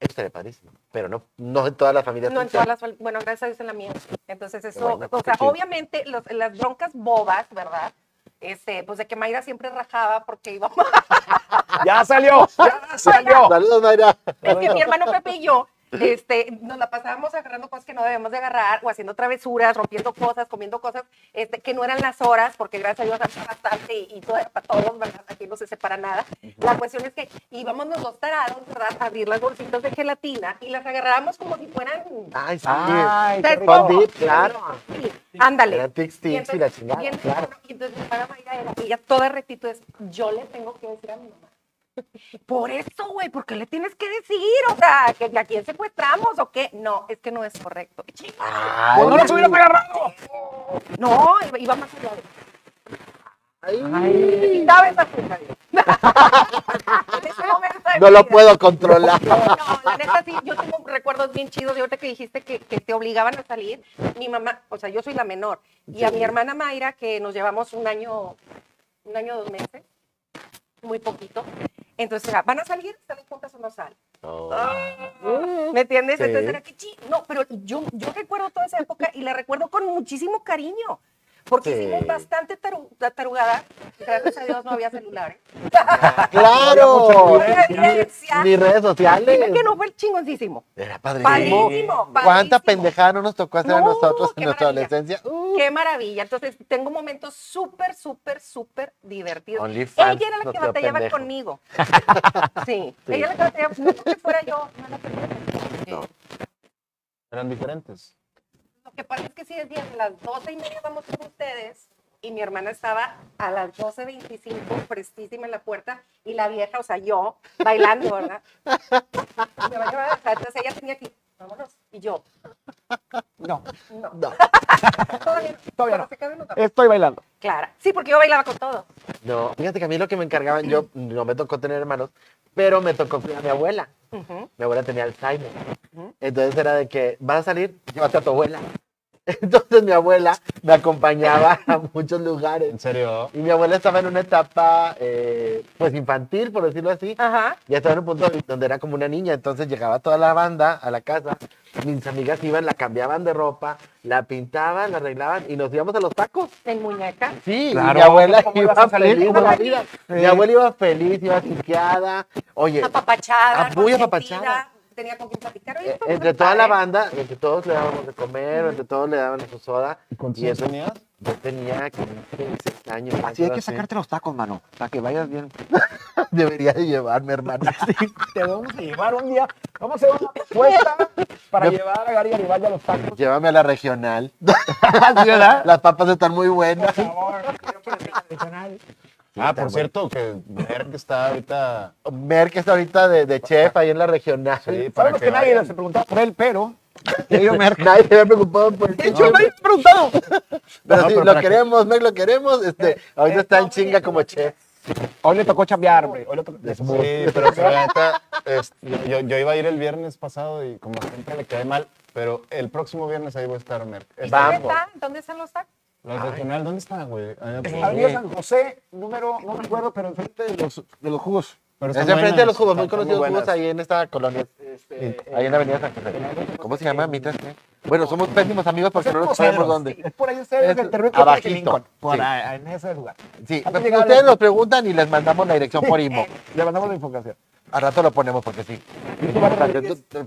Speaker 2: Eso sería padrísimo. Pero no, no en todas las familias.
Speaker 4: No en todas las. fal- Bueno, gracias a Dios en la mía. Entonces, eso.
Speaker 2: Bueno,
Speaker 4: o sea,
Speaker 2: sí.
Speaker 4: obviamente, los- las broncas bobas, ¿verdad? Este, pues de que Mayra siempre rajaba porque *laughs* íbamos.
Speaker 5: ¡Ya salió!
Speaker 4: Ah,
Speaker 5: ¡Ya salió!
Speaker 2: Saludos, Mayra.
Speaker 4: Es que mi hermano Pepe y yo. Este, nos la pasábamos agarrando cosas que no debemos de agarrar o haciendo travesuras, rompiendo cosas, comiendo cosas este, que no eran las horas, porque gracias a Dios había bastante y, y todo era para todos, ¿verdad? Aquí no se separa nada. La cuestión es que íbamos los dos tarados, ¿verdad? A abrir las bolsitas de gelatina y las agarrábamos como si fueran
Speaker 2: Ay, sí.
Speaker 5: ¡Ay, qué
Speaker 4: ¿Sabes
Speaker 5: rico!
Speaker 4: cómo?
Speaker 2: Con dip, Ah, claro.
Speaker 4: Sí, ándale.
Speaker 2: Eran tic
Speaker 4: Y
Speaker 2: tics y la chingada,
Speaker 4: y entonces,
Speaker 2: claro.
Speaker 4: y entonces mi hermana Mayra era, ella toda rectitud es, yo le tengo que decir a mi mamá Por eso, güey, ¿por qué le tienes que decir? O sea, ¿que, que a quién secuestramos o qué? No, es que no es correcto. Chinga,
Speaker 5: ¡No nos hubieras agarrado!
Speaker 4: No, iba- iba más allá. Ay, ¿sabes? *laughs* En ese momento de
Speaker 2: No
Speaker 4: mi
Speaker 2: lo
Speaker 4: vida.
Speaker 2: puedo
Speaker 4: *laughs*
Speaker 2: controlar.
Speaker 4: No, la neta sí, yo tengo recuerdos bien chidos de ahorita que dijiste que, que te obligaban a salir. Mi mamá, o sea, yo soy la menor. Y a mi hermana Mayra, que nos llevamos un año, un año, dos meses, muy poquito. Entonces, era, ¿van a salir? ¿Salen juntas o no salen? ¿Me entiendes?
Speaker 2: Oh. Sí.
Speaker 4: Entonces era que chi- No, pero yo, yo recuerdo toda esa época y la recuerdo con muchísimo cariño. Porque
Speaker 2: Sí.
Speaker 4: hicimos bastante taru- tarugada. Gracias a Dios no había celulares.
Speaker 2: ¡Claro!
Speaker 4: Había mucha violencia.
Speaker 2: Ni, ni redes sociales.
Speaker 4: Dime que no fue el chingoncísimo.
Speaker 2: Era padrísimo.
Speaker 4: Padrísimo.
Speaker 2: ¿Cuánta
Speaker 4: padrísimo.
Speaker 2: pendejada no nos tocó hacer a
Speaker 4: No,
Speaker 2: nosotros en
Speaker 4: qué
Speaker 2: nuestra
Speaker 4: maravilla.
Speaker 2: adolescencia? Uh,
Speaker 4: Qué maravilla. Entonces, tengo momentos súper, súper, súper divertidos.
Speaker 2: OnlyFans
Speaker 4: ella era la
Speaker 2: nos
Speaker 4: que
Speaker 2: dio
Speaker 4: batallaba
Speaker 2: pendejo. *laughs*
Speaker 4: conmigo. Sí, Ella era la que batallaba. No porque fuera yo. no era que-
Speaker 2: No.
Speaker 3: Eran diferentes.
Speaker 4: Lo que pasa es que si decían a las doce y media vamos con ustedes y mi hermana estaba a las 12.25 prestísima en la puerta y la vieja, o sea, yo, bailando, ¿verdad? Me va a llevar a la- Entonces ella tenía aquí, vámonos, y yo,
Speaker 1: No,
Speaker 4: no.
Speaker 2: No.
Speaker 4: *laughs* Todavía no.
Speaker 1: Todavía no.
Speaker 4: Cuando se acabe, nos vamos.
Speaker 1: estoy bailando.
Speaker 4: Clara. Sí, porque yo bailaba con todo.
Speaker 2: No, fíjate que a mí lo que me encargaban, yo no me tocó tener hermanos, pero me tocó cuidar a mi abuela.
Speaker 4: Ujú.
Speaker 2: Mi abuela tenía Alzheimer.
Speaker 4: Ujú.
Speaker 2: Entonces era de que, vas a salir, llévate a tu abuela. *laughs* Entonces mi abuela me acompañaba a muchos lugares.
Speaker 3: En serio.
Speaker 2: Y mi abuela estaba en una etapa, eh, pues infantil, por decirlo así.
Speaker 4: Ajá.
Speaker 2: Ya estaba en un punto donde era como una niña, entonces llegaba toda la banda a la casa, mis amigas iban, la cambiaban de ropa, la pintaban, la arreglaban y nos íbamos a los tacos.
Speaker 4: En muñeca.
Speaker 2: Sí, y
Speaker 1: Claro,
Speaker 2: mi abuela
Speaker 1: ¿cómo ibas
Speaker 2: iba
Speaker 1: a salir?
Speaker 2: feliz de la
Speaker 4: Ay,
Speaker 2: vida.
Speaker 4: sí.
Speaker 2: Mi abuela iba feliz, iba chiqueada. Oye,
Speaker 4: Apapachada.
Speaker 2: Ah, muy
Speaker 4: consentida,
Speaker 2: apapachada.
Speaker 4: Tenía con quien platicar.
Speaker 2: eh,
Speaker 4: Oye, pues, esto
Speaker 2: entre
Speaker 4: está
Speaker 2: toda la
Speaker 4: padre.
Speaker 2: banda, entre todos le dábamos de comer, entre todos le daban su soda.
Speaker 3: ¿Y cuántos
Speaker 2: Y
Speaker 3: años
Speaker 2: eso
Speaker 3: tenías?
Speaker 2: yo tenía como 16 años.
Speaker 5: Así hay
Speaker 2: algo
Speaker 5: que sacarte los tacos, mano, para que vayas bien.
Speaker 2: *laughs* Debería de llevarme, hermana.
Speaker 1: Te vamos a llevar un día, vamos a hacer una apuesta para llevar a Gary Garibaldi a los tacos.
Speaker 2: Llévame a la regional.
Speaker 1: ¿Sí, verdad?
Speaker 2: *laughs* Las papas están muy buenas.
Speaker 3: Ah,
Speaker 2: está
Speaker 3: por
Speaker 2: bueno.
Speaker 3: cierto, que ver que está ahorita.
Speaker 2: Ver que está ahorita de, de chef ahí en la regional.
Speaker 3: Sí, para
Speaker 1: Sabemos
Speaker 3: que
Speaker 1: que nadie
Speaker 3: vayan.
Speaker 1: se preguntaba por él, pero... querido Merck,
Speaker 2: Nadie se había preocupado por el
Speaker 1: De hecho, nadie se ha preguntado.
Speaker 2: Pero sí,
Speaker 3: No, pero
Speaker 2: lo
Speaker 3: para que-
Speaker 2: queremos, Meg, lo queremos. Este, ahorita está en chinga como chef.
Speaker 1: Hoy le tocó chambear, güey. Hoy le tocó...
Speaker 3: Sí, pero que la neta, es- yo, yo iba a ir el viernes pasado y como siempre le quedé mal, pero el próximo viernes ahí voy a estar, Mer.
Speaker 4: ¿Dónde
Speaker 2: Vamos.
Speaker 4: están? ¿Dónde están los tacos?
Speaker 3: La regional, ¿dónde está, güey? Ah, pues,
Speaker 1: Avenida San José, número, no me acuerdo, pero enfrente de los, de los jugos.
Speaker 3: pero
Speaker 2: Es
Speaker 3: están
Speaker 2: enfrente de los jugos, muy
Speaker 3: buenas, están
Speaker 2: conocidos jugos
Speaker 3: buenas.
Speaker 2: ahí en esta colonia.
Speaker 1: Eh,
Speaker 2: ahí en la avenida San José. ¿Cómo se llama? Mitas, ¿eh? Bueno, somos pésimos amigos porque no nos sabemos dónde.
Speaker 1: *laughs* Es por ahí ustedes,
Speaker 2: Es
Speaker 1: el terreno que
Speaker 2: abajito,
Speaker 1: tiene Lincoln, Por
Speaker 2: sí.
Speaker 1: ahí, en ese lugar.
Speaker 2: Sí,
Speaker 1: Antes
Speaker 2: pero
Speaker 1: de llegar
Speaker 2: ustedes
Speaker 1: a-
Speaker 2: nos preguntan y les mandamos la dirección por IMO.
Speaker 1: Le mandamos la información.
Speaker 2: Al rato lo ponemos porque sí.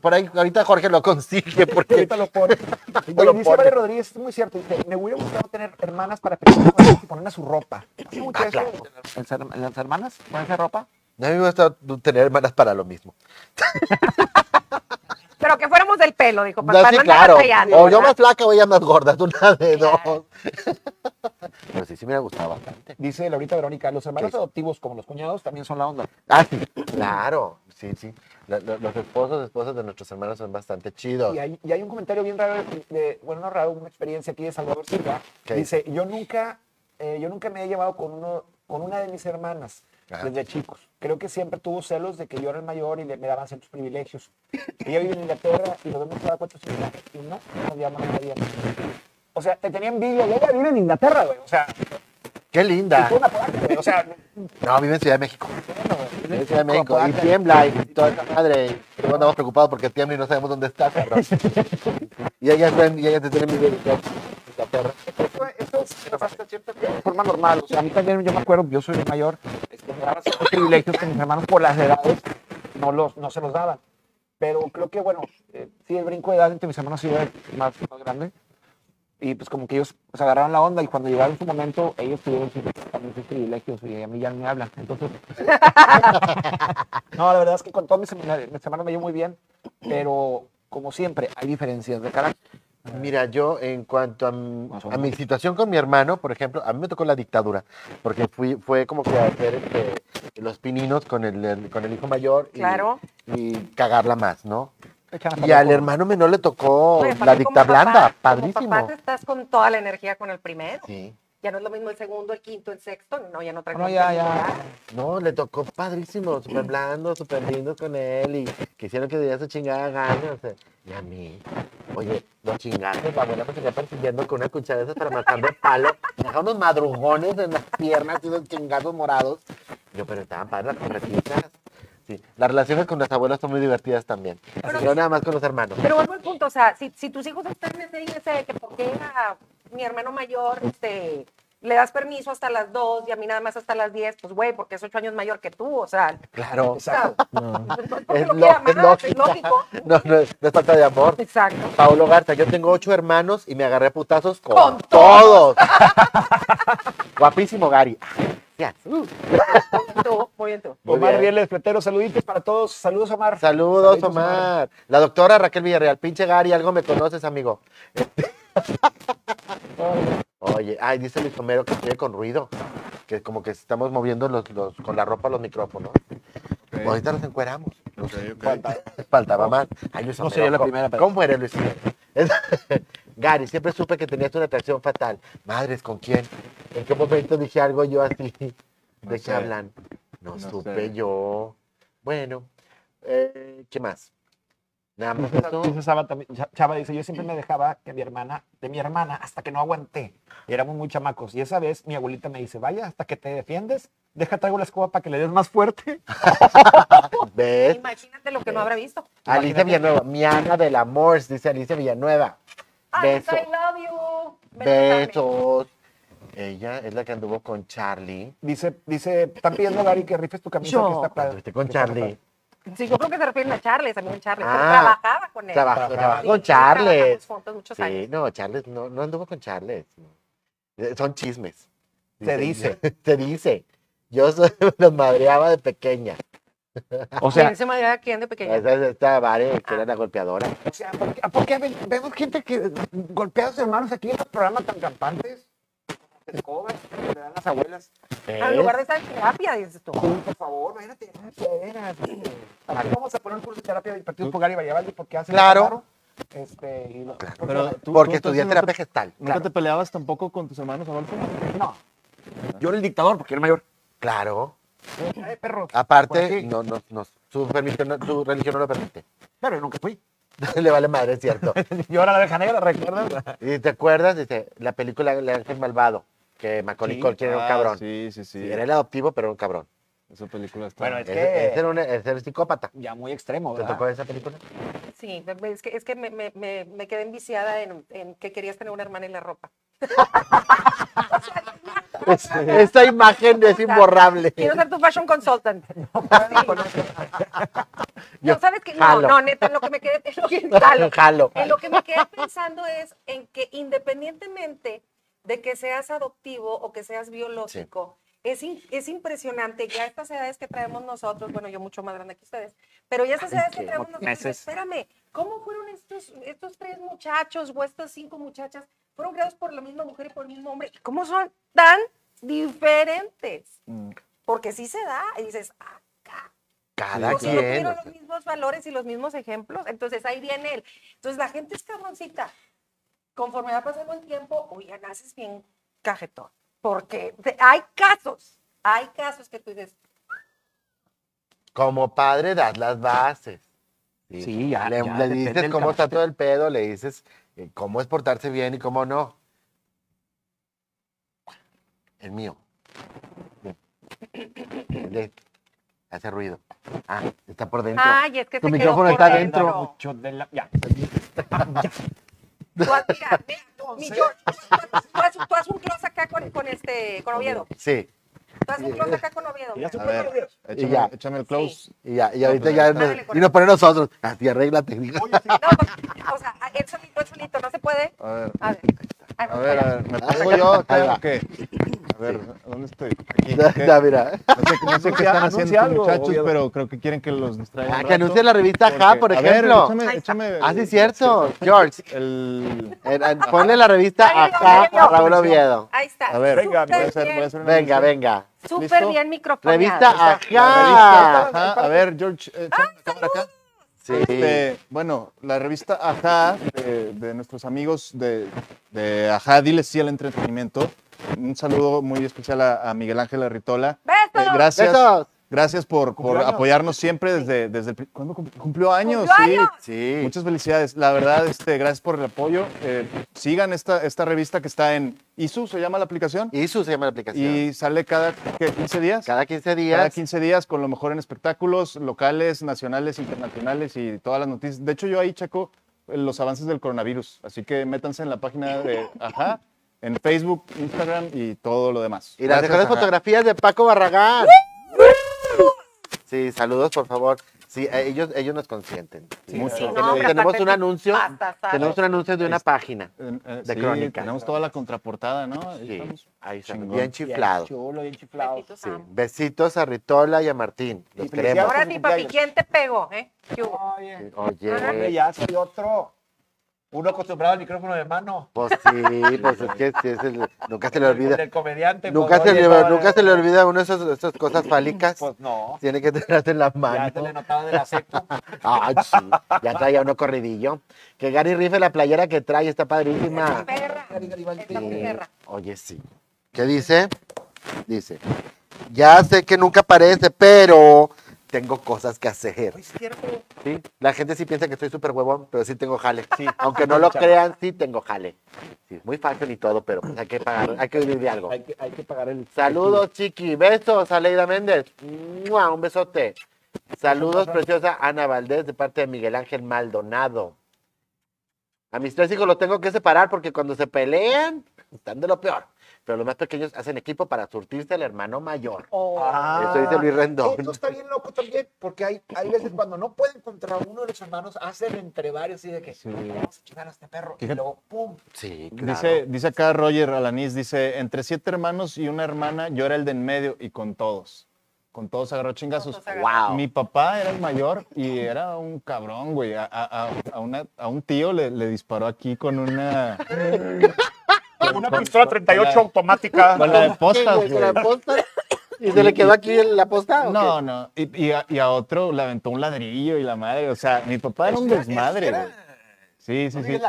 Speaker 2: Por ahí, ahorita Jorge lo consigue porque
Speaker 1: Ahorita lo *laughs* pone.
Speaker 2: Ahorita
Speaker 1: Oye,
Speaker 2: lo
Speaker 1: dice
Speaker 2: pone.
Speaker 1: Vale Rodríguez, es muy cierto. Dice, me hubiera gustado tener hermanas para pedir cosas y ponerle su ropa. Hace mucho eso.
Speaker 5: El ser- Las hermanas, ponerse ropa.
Speaker 2: A mí me gusta tener hermanas para lo mismo.
Speaker 4: Pero que fuéramos del pelo, dijo
Speaker 2: No,
Speaker 4: papá.
Speaker 2: sí,
Speaker 4: no andar
Speaker 2: claro.
Speaker 4: batallando,
Speaker 2: O yo
Speaker 4: ¿verdad?
Speaker 2: más flaca o ella más gorda, *laughs* es una de
Speaker 4: Claro.
Speaker 2: dos. *laughs* Pero sí, sí me gustaba bastante.
Speaker 1: Dice Laurita Verónica, los hermanos
Speaker 2: ¿Qué?
Speaker 1: adoptivos como los cuñados también son la onda.
Speaker 2: Ah, sí, claro. Sí, sí. La- la- los esposos, esposas de nuestros hermanos son bastante chidos.
Speaker 1: Y hay, y hay un comentario bien raro, de, de- bueno, no raro, una experiencia aquí de Salvador Silva.
Speaker 2: ¿Qué
Speaker 1: Dice, yo nunca, eh, yo nunca me he llevado con, uno, con una de mis hermanas
Speaker 2: Ajá.
Speaker 1: desde chicos. Creo que siempre tuvo celos de que yo era el mayor y le, me daban ciertos privilegios. Ella vive en Inglaterra y nos vemos cada cuatro semanas y no, nos llaman a nadie. O sea, te tenía envidia y ella vive en Inglaterra, güey. O sea,
Speaker 2: Qué linda.
Speaker 1: fue una polaca, güey. O sea,
Speaker 2: No, vive en Ciudad de México.
Speaker 1: bueno, güey.
Speaker 2: Vive en Ciudad de México. Y tiembla y toda esa madre. Y luego andamos preocupados porque tiembla y no sabemos dónde está, cabrón. Y ellas ven, y ellas te tienen mi Inglaterra.
Speaker 1: eso, eso es o sea, hasta cierta forma normal. O sea, a mí también yo me acuerdo, yo soy el mayor, este, me daban ciertos privilegios que mis hermanos por las edades no, los, no se los daban. Pero creo que, bueno, eh, sí, el brinco de edad entre mis hermanos sí era más, más grande. Y pues como que ellos se agarraron la onda y cuando llegaron su momento, ellos tuvieron sus, también sus privilegios y a mí ya no me hablan. Entonces, no, la verdad es que con todos mis, hermanos- mis hermanos me llevo muy bien, pero como siempre, hay diferencias de carácter.
Speaker 2: Mira, yo en cuanto a, m-
Speaker 5: Más o
Speaker 2: a mi
Speaker 5: menos.
Speaker 2: situación con mi hermano, por ejemplo, a mí me tocó la dictadura, porque fui, fue como que hacer este, los pininos con el, el- con el hijo mayor y,
Speaker 4: Claro.
Speaker 2: y cagarla más, ¿no?
Speaker 5: Echan a
Speaker 2: Y al
Speaker 5: perder
Speaker 2: hermano menor le tocó
Speaker 4: Oye,
Speaker 2: la
Speaker 4: aparte como
Speaker 2: dicta blanda,
Speaker 4: papá- como
Speaker 2: padrísimo.
Speaker 4: papá estás con toda la energía con el primero.
Speaker 2: Sí.
Speaker 4: Ya no es lo mismo el segundo, el quinto, el sexto. No, ya no traes.
Speaker 1: No, ya, ya.
Speaker 2: No, le tocó padrísimo, súper blando, súper lindo con él y que hicieron que diera su chingada gana. o sea, y a mí, oye, los chingados, la abuela me seguía persiguiendo con una cuchara de esas para marcarme el palo, me dejaba unos madrugones en las piernas y unos chingazos morados. Yo, pero estaban padres las corretitas. Sí, las relaciones con las abuelas son muy divertidas también.
Speaker 4: Pero-
Speaker 2: Pero nada más con los hermanos.
Speaker 4: Pero vuelvo al punto, o sea, si, si tus hijos están en ese y ese, de que por qué a mi hermano mayor este, le das permiso hasta las 2 y a mí nada más hasta las 10, pues güey, porque es 8 años mayor que tú, o sea,
Speaker 2: Claro,
Speaker 4: o sea,
Speaker 2: no,
Speaker 4: pues, *laughs* no es porque
Speaker 2: es,
Speaker 4: lo
Speaker 2: lo-
Speaker 4: quiera
Speaker 2: es
Speaker 4: más, es
Speaker 2: lógica.
Speaker 4: lógico.
Speaker 2: No, no, es- no es falta de amor.
Speaker 4: Exacto.
Speaker 2: Paulo Garza, yo tengo ocho hermanos y me agarré a putazos con,
Speaker 4: Con
Speaker 2: todos. Guapísimo, Gary. Yes.
Speaker 4: Tú, muy bien tú.
Speaker 2: Muy
Speaker 5: Omar
Speaker 2: bien.
Speaker 5: Rieles, Fletero, saluditos para todos. Saludos, Omar.
Speaker 2: *laughs* Saludos,
Speaker 5: Saluditos,
Speaker 2: Omar. La doctora Raquel Villarreal. Pinche Gary, algo me conoces, amigo. Oye, ay, dice Luis Homero que estoy con ruido. Que como que estamos moviendo los, los- con la ropa los micrófonos. Ahorita los encueramos.
Speaker 3: Ok,
Speaker 2: *laughs*
Speaker 3: ok.
Speaker 2: Falta- Faltaba más. Ay, Luis
Speaker 5: No
Speaker 2: Homero,
Speaker 5: sería la
Speaker 2: ¿cómo-
Speaker 5: primera, pero-
Speaker 2: ¿Cómo eres, Luis? *laughs* Gary, siempre supe que tenías una atracción fatal. Madres, ¿con quién? ¿En qué momento dije algo yo así? *laughs* ¿De
Speaker 3: No
Speaker 2: qué
Speaker 3: sé.
Speaker 2: hablan? No,
Speaker 3: No
Speaker 2: supe
Speaker 3: sé.
Speaker 2: yo. Bueno, eh, ¿qué más? Nada más eso.
Speaker 5: Dice Saba también- Cha- Chava dice, yo siempre me dejaba que mi hermana, de mi hermana hasta que no aguanté. Y éramos muy chamacos. Y esa vez mi abuelita me dice, vaya, hasta que te defiendes, deja traigo la escoba para que le des más fuerte. *laughs*
Speaker 2: ¿Ves?
Speaker 4: Imagínate lo que
Speaker 2: ¿Eh?
Speaker 4: no habrá visto.
Speaker 2: Alicia Villanueva, mi Ana del Amor, dice Alicia Villanueva.
Speaker 4: Alex,
Speaker 2: Beso.
Speaker 4: pues, I love you. Beso.
Speaker 2: Besos. Ella es la que anduvo con Charlie.
Speaker 5: Dice, dice, están pidiendo Gary que rifes tu camisa
Speaker 4: Yo.
Speaker 5: que está padre.
Speaker 2: Cuando esté con
Speaker 5: que está
Speaker 2: Charlie.
Speaker 4: Sí, yo creo que se refieren a Charles, a mí en Charles. pero
Speaker 2: Ah,
Speaker 4: trabajaba con él.
Speaker 2: Trabajó trabajó
Speaker 4: Sí,
Speaker 2: con
Speaker 4: sí,
Speaker 2: Charles.
Speaker 4: trabajamos juntos muchos
Speaker 2: Sí,
Speaker 4: años.
Speaker 2: no, Charles no, no anduvo con Charles. no. Eh, Son chismes.
Speaker 5: Se
Speaker 2: *laughs* Se dice. Yo soy- *laughs* los madreaba de pequeña.
Speaker 5: O sea,
Speaker 4: ¿Quién se madreaba a quién de pequeño?
Speaker 2: Esa es esta Vare, que era la golpeadora.
Speaker 1: O sea, ¿por qué, por qué ve- vemos gente que golpea a sus hermanos aquí en los programas tan campantes? Escobas, que le dan las abuelas.
Speaker 4: Ah, en lugar de estar en terapia, dices tú.
Speaker 5: Uy, por favor, no era terapia, era. Aquí vamos a poner un curso de terapia del partido por Gary Vallavaldi porque hace
Speaker 2: Claro.
Speaker 5: raro, Este, y lo- porque-
Speaker 3: Pero tú-
Speaker 2: Porque
Speaker 3: tú entonces
Speaker 2: estudié
Speaker 3: no
Speaker 2: terapia
Speaker 3: te-
Speaker 2: gestal.
Speaker 3: ¿Nunca te peleabas tampoco con tus hermanos, Adolfo?
Speaker 5: no. Yo era el dictador porque era el mayor.
Speaker 2: Claro.
Speaker 5: Eh, perro.
Speaker 2: Aparte,
Speaker 5: Pues sí.
Speaker 2: no, no, no, su, permisión no- su religión no lo permite.
Speaker 5: Pero yo nunca fui.
Speaker 2: *laughs* Le vale madre, es cierto.
Speaker 5: Yo era la abeja negra, ¿recuerdas?
Speaker 2: ¿Y te acuerdas? Dice, la película El Ángel Malvado, que Macaulay Culkin era un
Speaker 3: Ah,
Speaker 2: cabrón.
Speaker 3: Sí, sí, sí.
Speaker 2: Sí, Era el adoptivo, pero era un cabrón.
Speaker 3: Esa película está.
Speaker 5: Bueno, es
Speaker 2: Ese,
Speaker 5: que
Speaker 2: ese era un, ese era un psicópata.
Speaker 5: ya muy extremo,
Speaker 2: ¿Te
Speaker 1: Ah.
Speaker 5: ¿verdad?
Speaker 2: tocó esa película?
Speaker 4: Sí, me- me- es que, es que me, me- me- me quedé enviciada en, en que querías tener una hermana en la ropa. O sea,
Speaker 2: Es- esta imagen es imborrable.
Speaker 4: Quiero ser tu fashion consultant.
Speaker 2: *laughs* Yo
Speaker 4: No, ¿sabes qué? No,
Speaker 2: jalo.
Speaker 4: no, neta, en lo que me quedé, en lo que, jalo.
Speaker 2: Jalo.
Speaker 4: En lo que me quedé pensando es en que independientemente de que seas adoptivo o que seas biológico, es, in- es impresionante ya estas edades que traemos nosotros, bueno, yo mucho más grande que ustedes, pero ya estas edades que
Speaker 2: qué
Speaker 4: traemos nosotros,
Speaker 5: meses.
Speaker 4: espérame, ¿cómo fueron estos, estos tres muchachos o estas cinco muchachas? Fueron creados por la misma mujer y por el mismo hombre. ¿Y cómo son tan diferentes?
Speaker 3: Mm.
Speaker 4: Porque sí se da y dices, ah,
Speaker 2: Cada
Speaker 4: o si no
Speaker 2: quien.
Speaker 4: tuvieron los mismos valores y los mismos ejemplos, entonces ahí viene él. Entonces la gente es cabroncita. Conforme va pasando el tiempo, uy, ya naces bien cajetón. Porque te- hay casos, hay casos que tú dices,
Speaker 2: Como padre das las bases.
Speaker 5: Sí, ya-
Speaker 2: Le, le
Speaker 5: ya depende
Speaker 2: dices
Speaker 5: del
Speaker 2: cómo está
Speaker 5: carácter.
Speaker 2: todo el pedo, le dices eh, cómo es portarse bien y cómo no. El mío. El de- Hace ruido. Ah, está por dentro.
Speaker 4: ay, es que
Speaker 2: Tu
Speaker 4: se quedó
Speaker 2: micrófono
Speaker 4: por
Speaker 2: está
Speaker 4: dentro".
Speaker 2: dentro.
Speaker 5: Mucho de la- ya.
Speaker 4: Tú haz- mira, mira, tú, mi George, tú haz, tú haz un close acá con, con este, con Oviedo.
Speaker 2: Sí.
Speaker 4: Tú haz un close acá con Oviedo.
Speaker 5: Ya se
Speaker 3: A
Speaker 5: fue,
Speaker 3: ver.
Speaker 5: Gabriel.
Speaker 3: Échame,
Speaker 2: ya.
Speaker 3: échame el close.
Speaker 2: Y ya, y
Speaker 3: No,
Speaker 2: ahorita
Speaker 3: pues
Speaker 2: ya.
Speaker 3: ahí
Speaker 2: nos-
Speaker 4: está.
Speaker 2: y nos ponen nosotros. Así arréglate. digo.
Speaker 4: pues, No, porque, o sea, él solito, él solito, no se puede.
Speaker 3: A ver.
Speaker 4: A ver, Ay,
Speaker 3: A
Speaker 4: voy
Speaker 3: ver,
Speaker 4: para
Speaker 3: a
Speaker 4: allá.
Speaker 3: ver, ¿me pongo yo
Speaker 2: Ahí
Speaker 3: acá
Speaker 2: va.
Speaker 3: o qué? A ver, ¿dónde estoy? Aquí.
Speaker 2: Da- *laughs*
Speaker 3: ¿qué?
Speaker 2: da, mira.
Speaker 3: No sé, no sé qué están
Speaker 5: Anuncia-
Speaker 3: haciendo
Speaker 5: anuncia
Speaker 3: estos
Speaker 5: algo,
Speaker 3: muchachos,
Speaker 5: obvio.
Speaker 3: pero creo que quieren que los distraigan.
Speaker 2: Ah,
Speaker 3: un
Speaker 2: que
Speaker 3: rato,
Speaker 2: anuncie la revista
Speaker 3: porque-
Speaker 2: Ja, por
Speaker 3: a ver,
Speaker 2: ejemplo.
Speaker 3: échame-
Speaker 4: Ahí está.
Speaker 3: échame
Speaker 2: Ah, sí,
Speaker 3: el-
Speaker 2: es cierto, George.
Speaker 3: El,
Speaker 2: Eh, eh, Ponle la revista
Speaker 4: Ahí va,
Speaker 2: acá
Speaker 4: ahí va.
Speaker 2: a Raúl Oviedo.
Speaker 4: Ahí está.
Speaker 3: a ver,
Speaker 5: Venga,
Speaker 3: voy a
Speaker 4: súper
Speaker 3: hacer- voy a
Speaker 4: bien,
Speaker 3: hacer una
Speaker 2: Venga,
Speaker 3: revisión.
Speaker 2: venga.
Speaker 4: súper
Speaker 3: ¿Listo?
Speaker 4: bien microfoneado.
Speaker 2: Revista
Speaker 3: La
Speaker 2: acá.
Speaker 3: revista Ajá. A ver, George, eh,
Speaker 4: Ah,
Speaker 3: echa la cámara acá.
Speaker 2: Sí.
Speaker 3: Este, bueno, la revista Ajá, de, de nuestros amigos de, de Ajá, dile sí al entretenimiento. Un saludo muy especial a, a Miguel Ángel Arritola. Eh,
Speaker 4: Besos.
Speaker 3: gracias.
Speaker 2: Besos.
Speaker 3: Gracias por, por
Speaker 5: años.
Speaker 3: apoyarnos siempre desde, desde el... pri- ¿Cuándo cum- cumplió años?
Speaker 4: ¡Cumplió
Speaker 3: sí.
Speaker 4: años!
Speaker 2: Sí.
Speaker 3: Muchas felicidades. La verdad, este, gracias por el apoyo. Eh, sigan esta, esta revista que está en ISU, se llama la aplicación.
Speaker 2: Y su se llama la aplicación.
Speaker 3: Y sale cada ¿qué, 15 días.
Speaker 2: Cada 15 días.
Speaker 3: Cada 15 días con lo mejor en espectáculos locales, nacionales, internacionales y todas las noticias. De hecho, yo ahí checo eh, los avances del coronavirus. Así que métanse en la página de Ajá, en Facebook, Instagram y todo lo demás.
Speaker 2: Y las
Speaker 3: Gracias,
Speaker 2: mejores
Speaker 3: Ajá.
Speaker 2: fotografías de Paco Barragán. Sí, saludos, por favor. Sí, eh, ellos, ellos nos consienten.
Speaker 3: Mucho.
Speaker 4: Sí, no,
Speaker 2: Tenemos-
Speaker 4: hombre,
Speaker 2: tenemos
Speaker 4: aparte
Speaker 2: un
Speaker 4: tú
Speaker 2: anuncio.
Speaker 4: pasas, ¿sabes?
Speaker 2: Tenemos un anuncio de una página.
Speaker 3: Eh, eh,
Speaker 2: de
Speaker 3: sí,
Speaker 2: Crónica.
Speaker 3: Tenemos toda la contraportada, ¿no? Ahí
Speaker 2: Sí,
Speaker 3: estamos.
Speaker 2: ahí está.
Speaker 3: Chingón.
Speaker 2: Bien chiflado.
Speaker 5: Chulo, bien chiflado.
Speaker 4: Besitos,
Speaker 2: Sí.
Speaker 4: amo.
Speaker 2: Besitos a Ritola y a Martín. Los
Speaker 5: Y
Speaker 2: queremos.
Speaker 4: Ahora sí, papi, ¿quién te pegó? Eh? ¿Qué hubo?
Speaker 5: Oye, hombre,
Speaker 2: Oye,
Speaker 5: ya soy otro. Uno acostumbrado al micrófono de mano.
Speaker 2: pues sí, pues es que sí, es el- nunca se le
Speaker 5: El
Speaker 2: olvida.
Speaker 5: del comediante.
Speaker 2: Nunca,
Speaker 5: pues,
Speaker 2: se, le,
Speaker 5: oye, no,
Speaker 2: nunca
Speaker 5: eh,
Speaker 2: se le olvida a uno esas, esas
Speaker 5: *laughs*
Speaker 2: cosas fálicas.
Speaker 5: Pues no.
Speaker 2: Tiene que tenerlas en la
Speaker 5: Ya se
Speaker 2: *laughs* mano.
Speaker 5: le notaba del acento.
Speaker 2: Ah, sí. Ya traía uno corridillo. Que Gary rife la playera que trae, está padrísima.
Speaker 4: Perra. Esta
Speaker 2: Sí.
Speaker 4: perra.
Speaker 2: Oye, sí. ¿Qué dice? Dice, ya sé que nunca aparece, pero tengo cosas que hacer.
Speaker 5: *laughs* Es cierto.
Speaker 2: Sí, la gente sí piensa que estoy súper huevón, pero sí tengo jale.
Speaker 5: Sí.
Speaker 2: Aunque no lo
Speaker 5: Mucha.
Speaker 2: crean, sí tengo jale. Sí, muy fashion y todo, pero pues, hay que pagar, hay que vivir de algo.
Speaker 5: Hay que, hay que pagar el.
Speaker 2: Saludos, chiqui. Besos, Aleida Méndez. ¡Mua! Un besote. Saludos, preciosa Ana Valdés, de parte de Miguel Ángel Maldonado. A mis tres hijos los tengo que separar porque cuando se pelean, están de lo peor. Pero los más pequeños hacen equipo para surtirse al hermano mayor.
Speaker 5: Ah.
Speaker 2: Eso dice Luis Rendón.
Speaker 5: Esto está bien loco también, porque hay, hay veces cuando no pueden contra uno de los hermanos, hacen entre varios y de que vamos a chingar a este perro. Y
Speaker 3: Fíjate.
Speaker 5: luego, pum.
Speaker 2: Sí, claro.
Speaker 3: Dice, dice acá Roger Alanís, dice, entre siete hermanos y una hermana, yo era el de en medio y con todos. Con todos agarró chingazos.
Speaker 4: Con todos
Speaker 2: agarró. Wow.
Speaker 3: Mi papá era el mayor y era un cabrón, güey. A, a- a- a una- a un tío le, le disparó aquí con una...
Speaker 5: Una pistola 38
Speaker 3: con la-
Speaker 5: *laughs* automática.
Speaker 3: Con la de postas,
Speaker 2: ¿Qué, güey, con la
Speaker 3: güey.
Speaker 2: posta? *laughs* ¿Y se le quedó aquí en la posta? o qué?
Speaker 3: No, no. Y, y a, y a otro le aventó un ladrillo y la madre. O sea, mi papá era un desmadre, güey. Sí, sí, sí.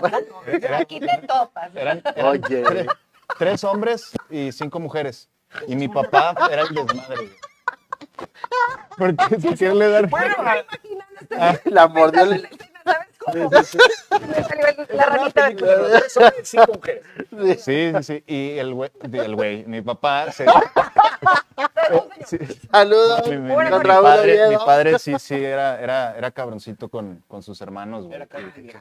Speaker 4: Aquí te topas.
Speaker 3: Eran, eran
Speaker 2: Oye.
Speaker 3: tres, tres hombres y cinco mujeres. Y mi papá era el desmadre. güey. ¿Por qué se quiere le dar?
Speaker 4: Bueno, me imaginando este me
Speaker 2: La mordió.
Speaker 4: salió
Speaker 2: el-
Speaker 4: la escena, ¿sabes cómo? *laughs* Me salió el- la ranita.
Speaker 2: Sí.
Speaker 3: Sí, sí, sí. Y el güey, di- el güey, mi papá se. sí,
Speaker 2: *laughs* Saludos.
Speaker 3: mi, mi-
Speaker 4: Hola,
Speaker 3: mi
Speaker 4: Raúl
Speaker 3: padre,
Speaker 2: Oviedo.
Speaker 3: mi padre sí, sí, era, era, era cabroncito con, con sus hermanos, güey.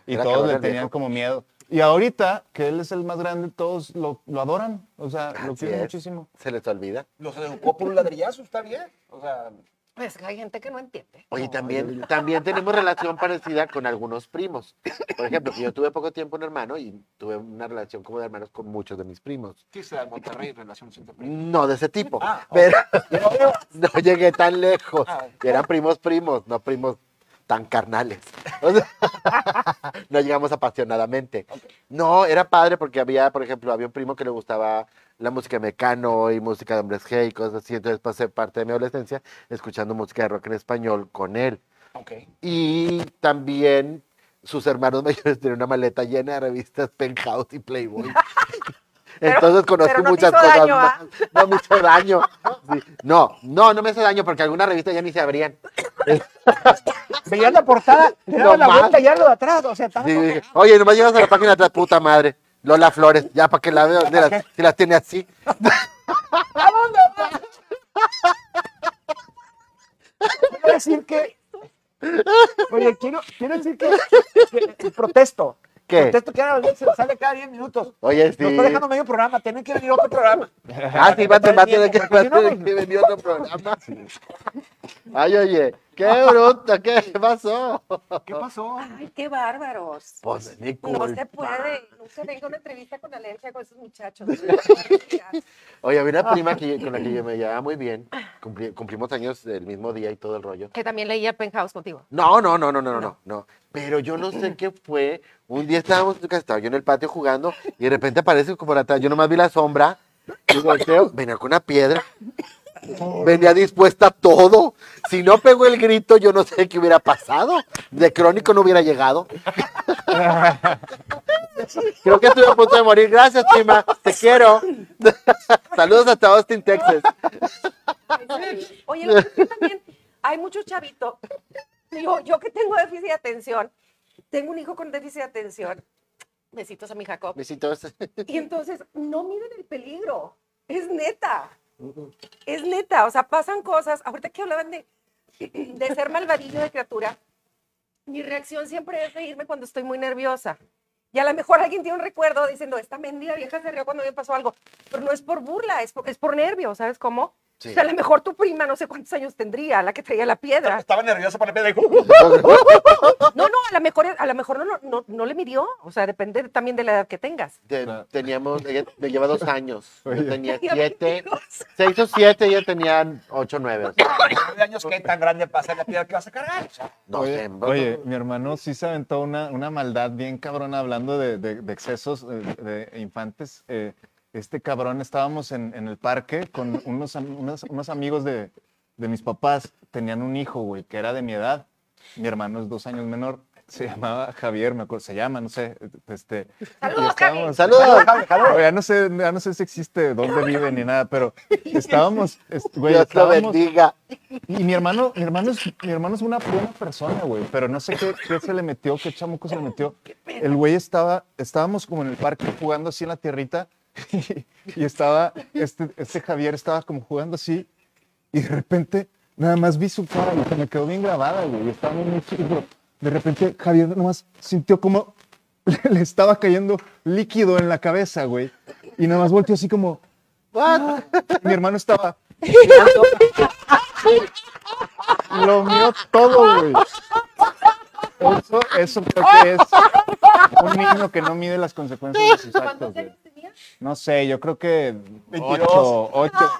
Speaker 3: Y,
Speaker 2: Era
Speaker 3: todos
Speaker 2: cabrón
Speaker 3: le
Speaker 2: el
Speaker 3: tenían
Speaker 2: viejo.
Speaker 3: como miedo. Y ahorita, que él es el más grande, todos lo, lo adoran. O sea, lo
Speaker 2: Así
Speaker 3: quieren
Speaker 2: es.
Speaker 3: muchísimo.
Speaker 2: Se les olvida.
Speaker 5: Los educó por un ladrillazo, está bien. O sea,
Speaker 4: Pues hay gente que no entiende.
Speaker 2: Oye, también, también tenemos relación parecida con algunos primos. Por ejemplo, que yo tuve poco tiempo un hermano y tuve una relación como de hermanos con muchos de mis primos.
Speaker 5: sí, se da en Monterrey, relación siempre.
Speaker 2: No de ese tipo,
Speaker 5: Ah, ok. *laughs*
Speaker 2: pero
Speaker 5: Pero,
Speaker 2: *laughs* no llegué tan lejos.
Speaker 5: Ah.
Speaker 2: Y eran primos primos, no primos tan carnales. *laughs* O sea, no llegamos apasionadamente. No, era padre porque había, por ejemplo, había un primo que le gustaba la música de mecano y música de hombres G y cosas así. Entonces pasé parte de mi adolescencia escuchando música de rock en español con él.
Speaker 5: ok.
Speaker 2: Y también sus hermanos *laughs* mayores tenían una maleta llena de revistas Penthouse y Playboy. Entonces
Speaker 4: *laughs* Pero-
Speaker 2: conocí
Speaker 4: pero no te
Speaker 2: muchas
Speaker 4: hizo
Speaker 2: cosas
Speaker 4: daño, ¿ah?
Speaker 2: más. No me hizo daño. Sí. No, no, no me hizo daño porque algunas revistas ya ni se abrían.
Speaker 5: Veías la *laughs* portada, le
Speaker 2: No
Speaker 5: daba la
Speaker 2: más.
Speaker 5: vuelta y algo de atrás. O sea, estaba.
Speaker 2: Sí, dije, Oye, nomás llevas a la página de atrás, puta madre. Lola Flores, ya para que la veo, mira, si las tiene así.
Speaker 5: Quiero decir *laughs* que. Oye, quiero, quiero decir que, que- protesto.
Speaker 2: ¿Qué?
Speaker 5: Protesto que ahora se sale cada 10 minutos.
Speaker 2: Oye, sí.
Speaker 5: Nos está dejando medio programa, tienen que venir otro programa.
Speaker 2: Ah, sí, va a tener va a tener que, va a tener que
Speaker 5: Porque si no,
Speaker 2: venir otro programa. Ay, oye, ¡Qué bruto! ¿Qué pasó?
Speaker 5: ¿Qué pasó?
Speaker 4: Ay, qué bárbaros.
Speaker 2: Pues mi
Speaker 4: No
Speaker 2: culpa.
Speaker 4: se puede. Nunca venga una entrevista con alergia con esos muchachos.
Speaker 2: Oye, había una prima que, con la que yo me llevaba muy bien. Cumpli- cumplimos años el mismo día y todo el rollo.
Speaker 4: que también leía Penthouse contigo.
Speaker 2: No, no, no, no, no, no, no, no. Pero yo no sé qué fue. Un día estábamos, nunca estaba yo en el patio jugando y de repente aparece como por atrás. Yo nomás vi la sombra y volteo. Venía con una piedra. Venía dispuesta a todo. Si no pegó el grito, yo no sé qué hubiera pasado. De crónico no hubiera llegado. Creo que estuve a punto de morir. Gracias, prima. Te quiero. *laughs* Saludos hasta Austin, Texas.
Speaker 4: Oye, lo que yo también hay muchos chavitos. Digo, yo que tengo déficit de atención, tengo un hijo con déficit de atención. Besitos a mi Jacob.
Speaker 2: Besitos.
Speaker 4: Y entonces, no miden el peligro. Es neta. Es neta. O sea, pasan cosas. Ahorita que hablaban de, de ser malvadillo de criatura, mi reacción siempre es reírme cuando estoy muy nerviosa. Y a lo mejor alguien tiene un recuerdo diciendo, esta mendiga vieja se rió cuando me pasó algo. Pero no es por burla, es por, es por nervio, ¿sabes cómo?
Speaker 2: Sí.
Speaker 4: O sea, a lo mejor tu prima, no sé cuántos años tendría, la que traía
Speaker 2: *laughs*
Speaker 4: la piedra.
Speaker 5: Estaba nerviosa para la piedra.
Speaker 4: No, no, a lo mejor, a lo mejor no, lo- no, no le midió. O sea, depende también de la edad que tengas.
Speaker 2: Te-
Speaker 3: Claro.
Speaker 2: teníamos, ella me lleva dos años. Yo tenía
Speaker 4: *laughs* Ya
Speaker 2: siete,
Speaker 4: mentirosa.
Speaker 2: seis o siete, ella tenía ocho, nueve. o sea,
Speaker 5: Nueve años, ¿qué tan grande para hacer la piedra que vas a cargar?
Speaker 2: no
Speaker 3: oye,
Speaker 2: sé.
Speaker 3: oye, mi hermano sí se aventó una, una maldad bien cabrona hablando de, de- de excesos eh, de infantes. Eh, este cabrón estábamos en, en el parque con unos, am- unos, unos amigos de, de mis papás. Tenían un hijo, güey, que era de mi edad. Mi hermano es dos años menor. Se llamaba Javier, me acuerdo, se llama, no sé. Este, y
Speaker 4: Saludos,
Speaker 3: estábamos-
Speaker 2: Saludos.
Speaker 3: Oye, Ya no sé, ya no sé si existe dónde vive ni nada, pero
Speaker 2: *laughs*
Speaker 3: estábamos, es- güey,
Speaker 2: Dios lo
Speaker 3: estábamos
Speaker 2: bendiga.
Speaker 3: y mi hermano, mi hermano es, mi hermano es una buena persona, güey, pero no sé qué, qué se le metió, qué chamuco se le metió. El güey estaba, estábamos como en el parque jugando así en la tierrita *laughs* y, y estaba, este, este Javier estaba como jugando así y de repente nada más vi su cara y se me quedó bien grabada, güey, y estaba muy, muy chiquito, pero De repente Javier nomás sintió como *laughs* le, le estaba cayendo líquido en la cabeza, güey, y nada más volteó así como,
Speaker 2: What?
Speaker 3: *laughs* mi hermano estaba. *laughs* Lo mío todo, güey. Eso, eso creo que es un niño que no mide las consecuencias de sus actos, güey. No sé, yo creo que
Speaker 5: 22.
Speaker 3: ocho, ocho,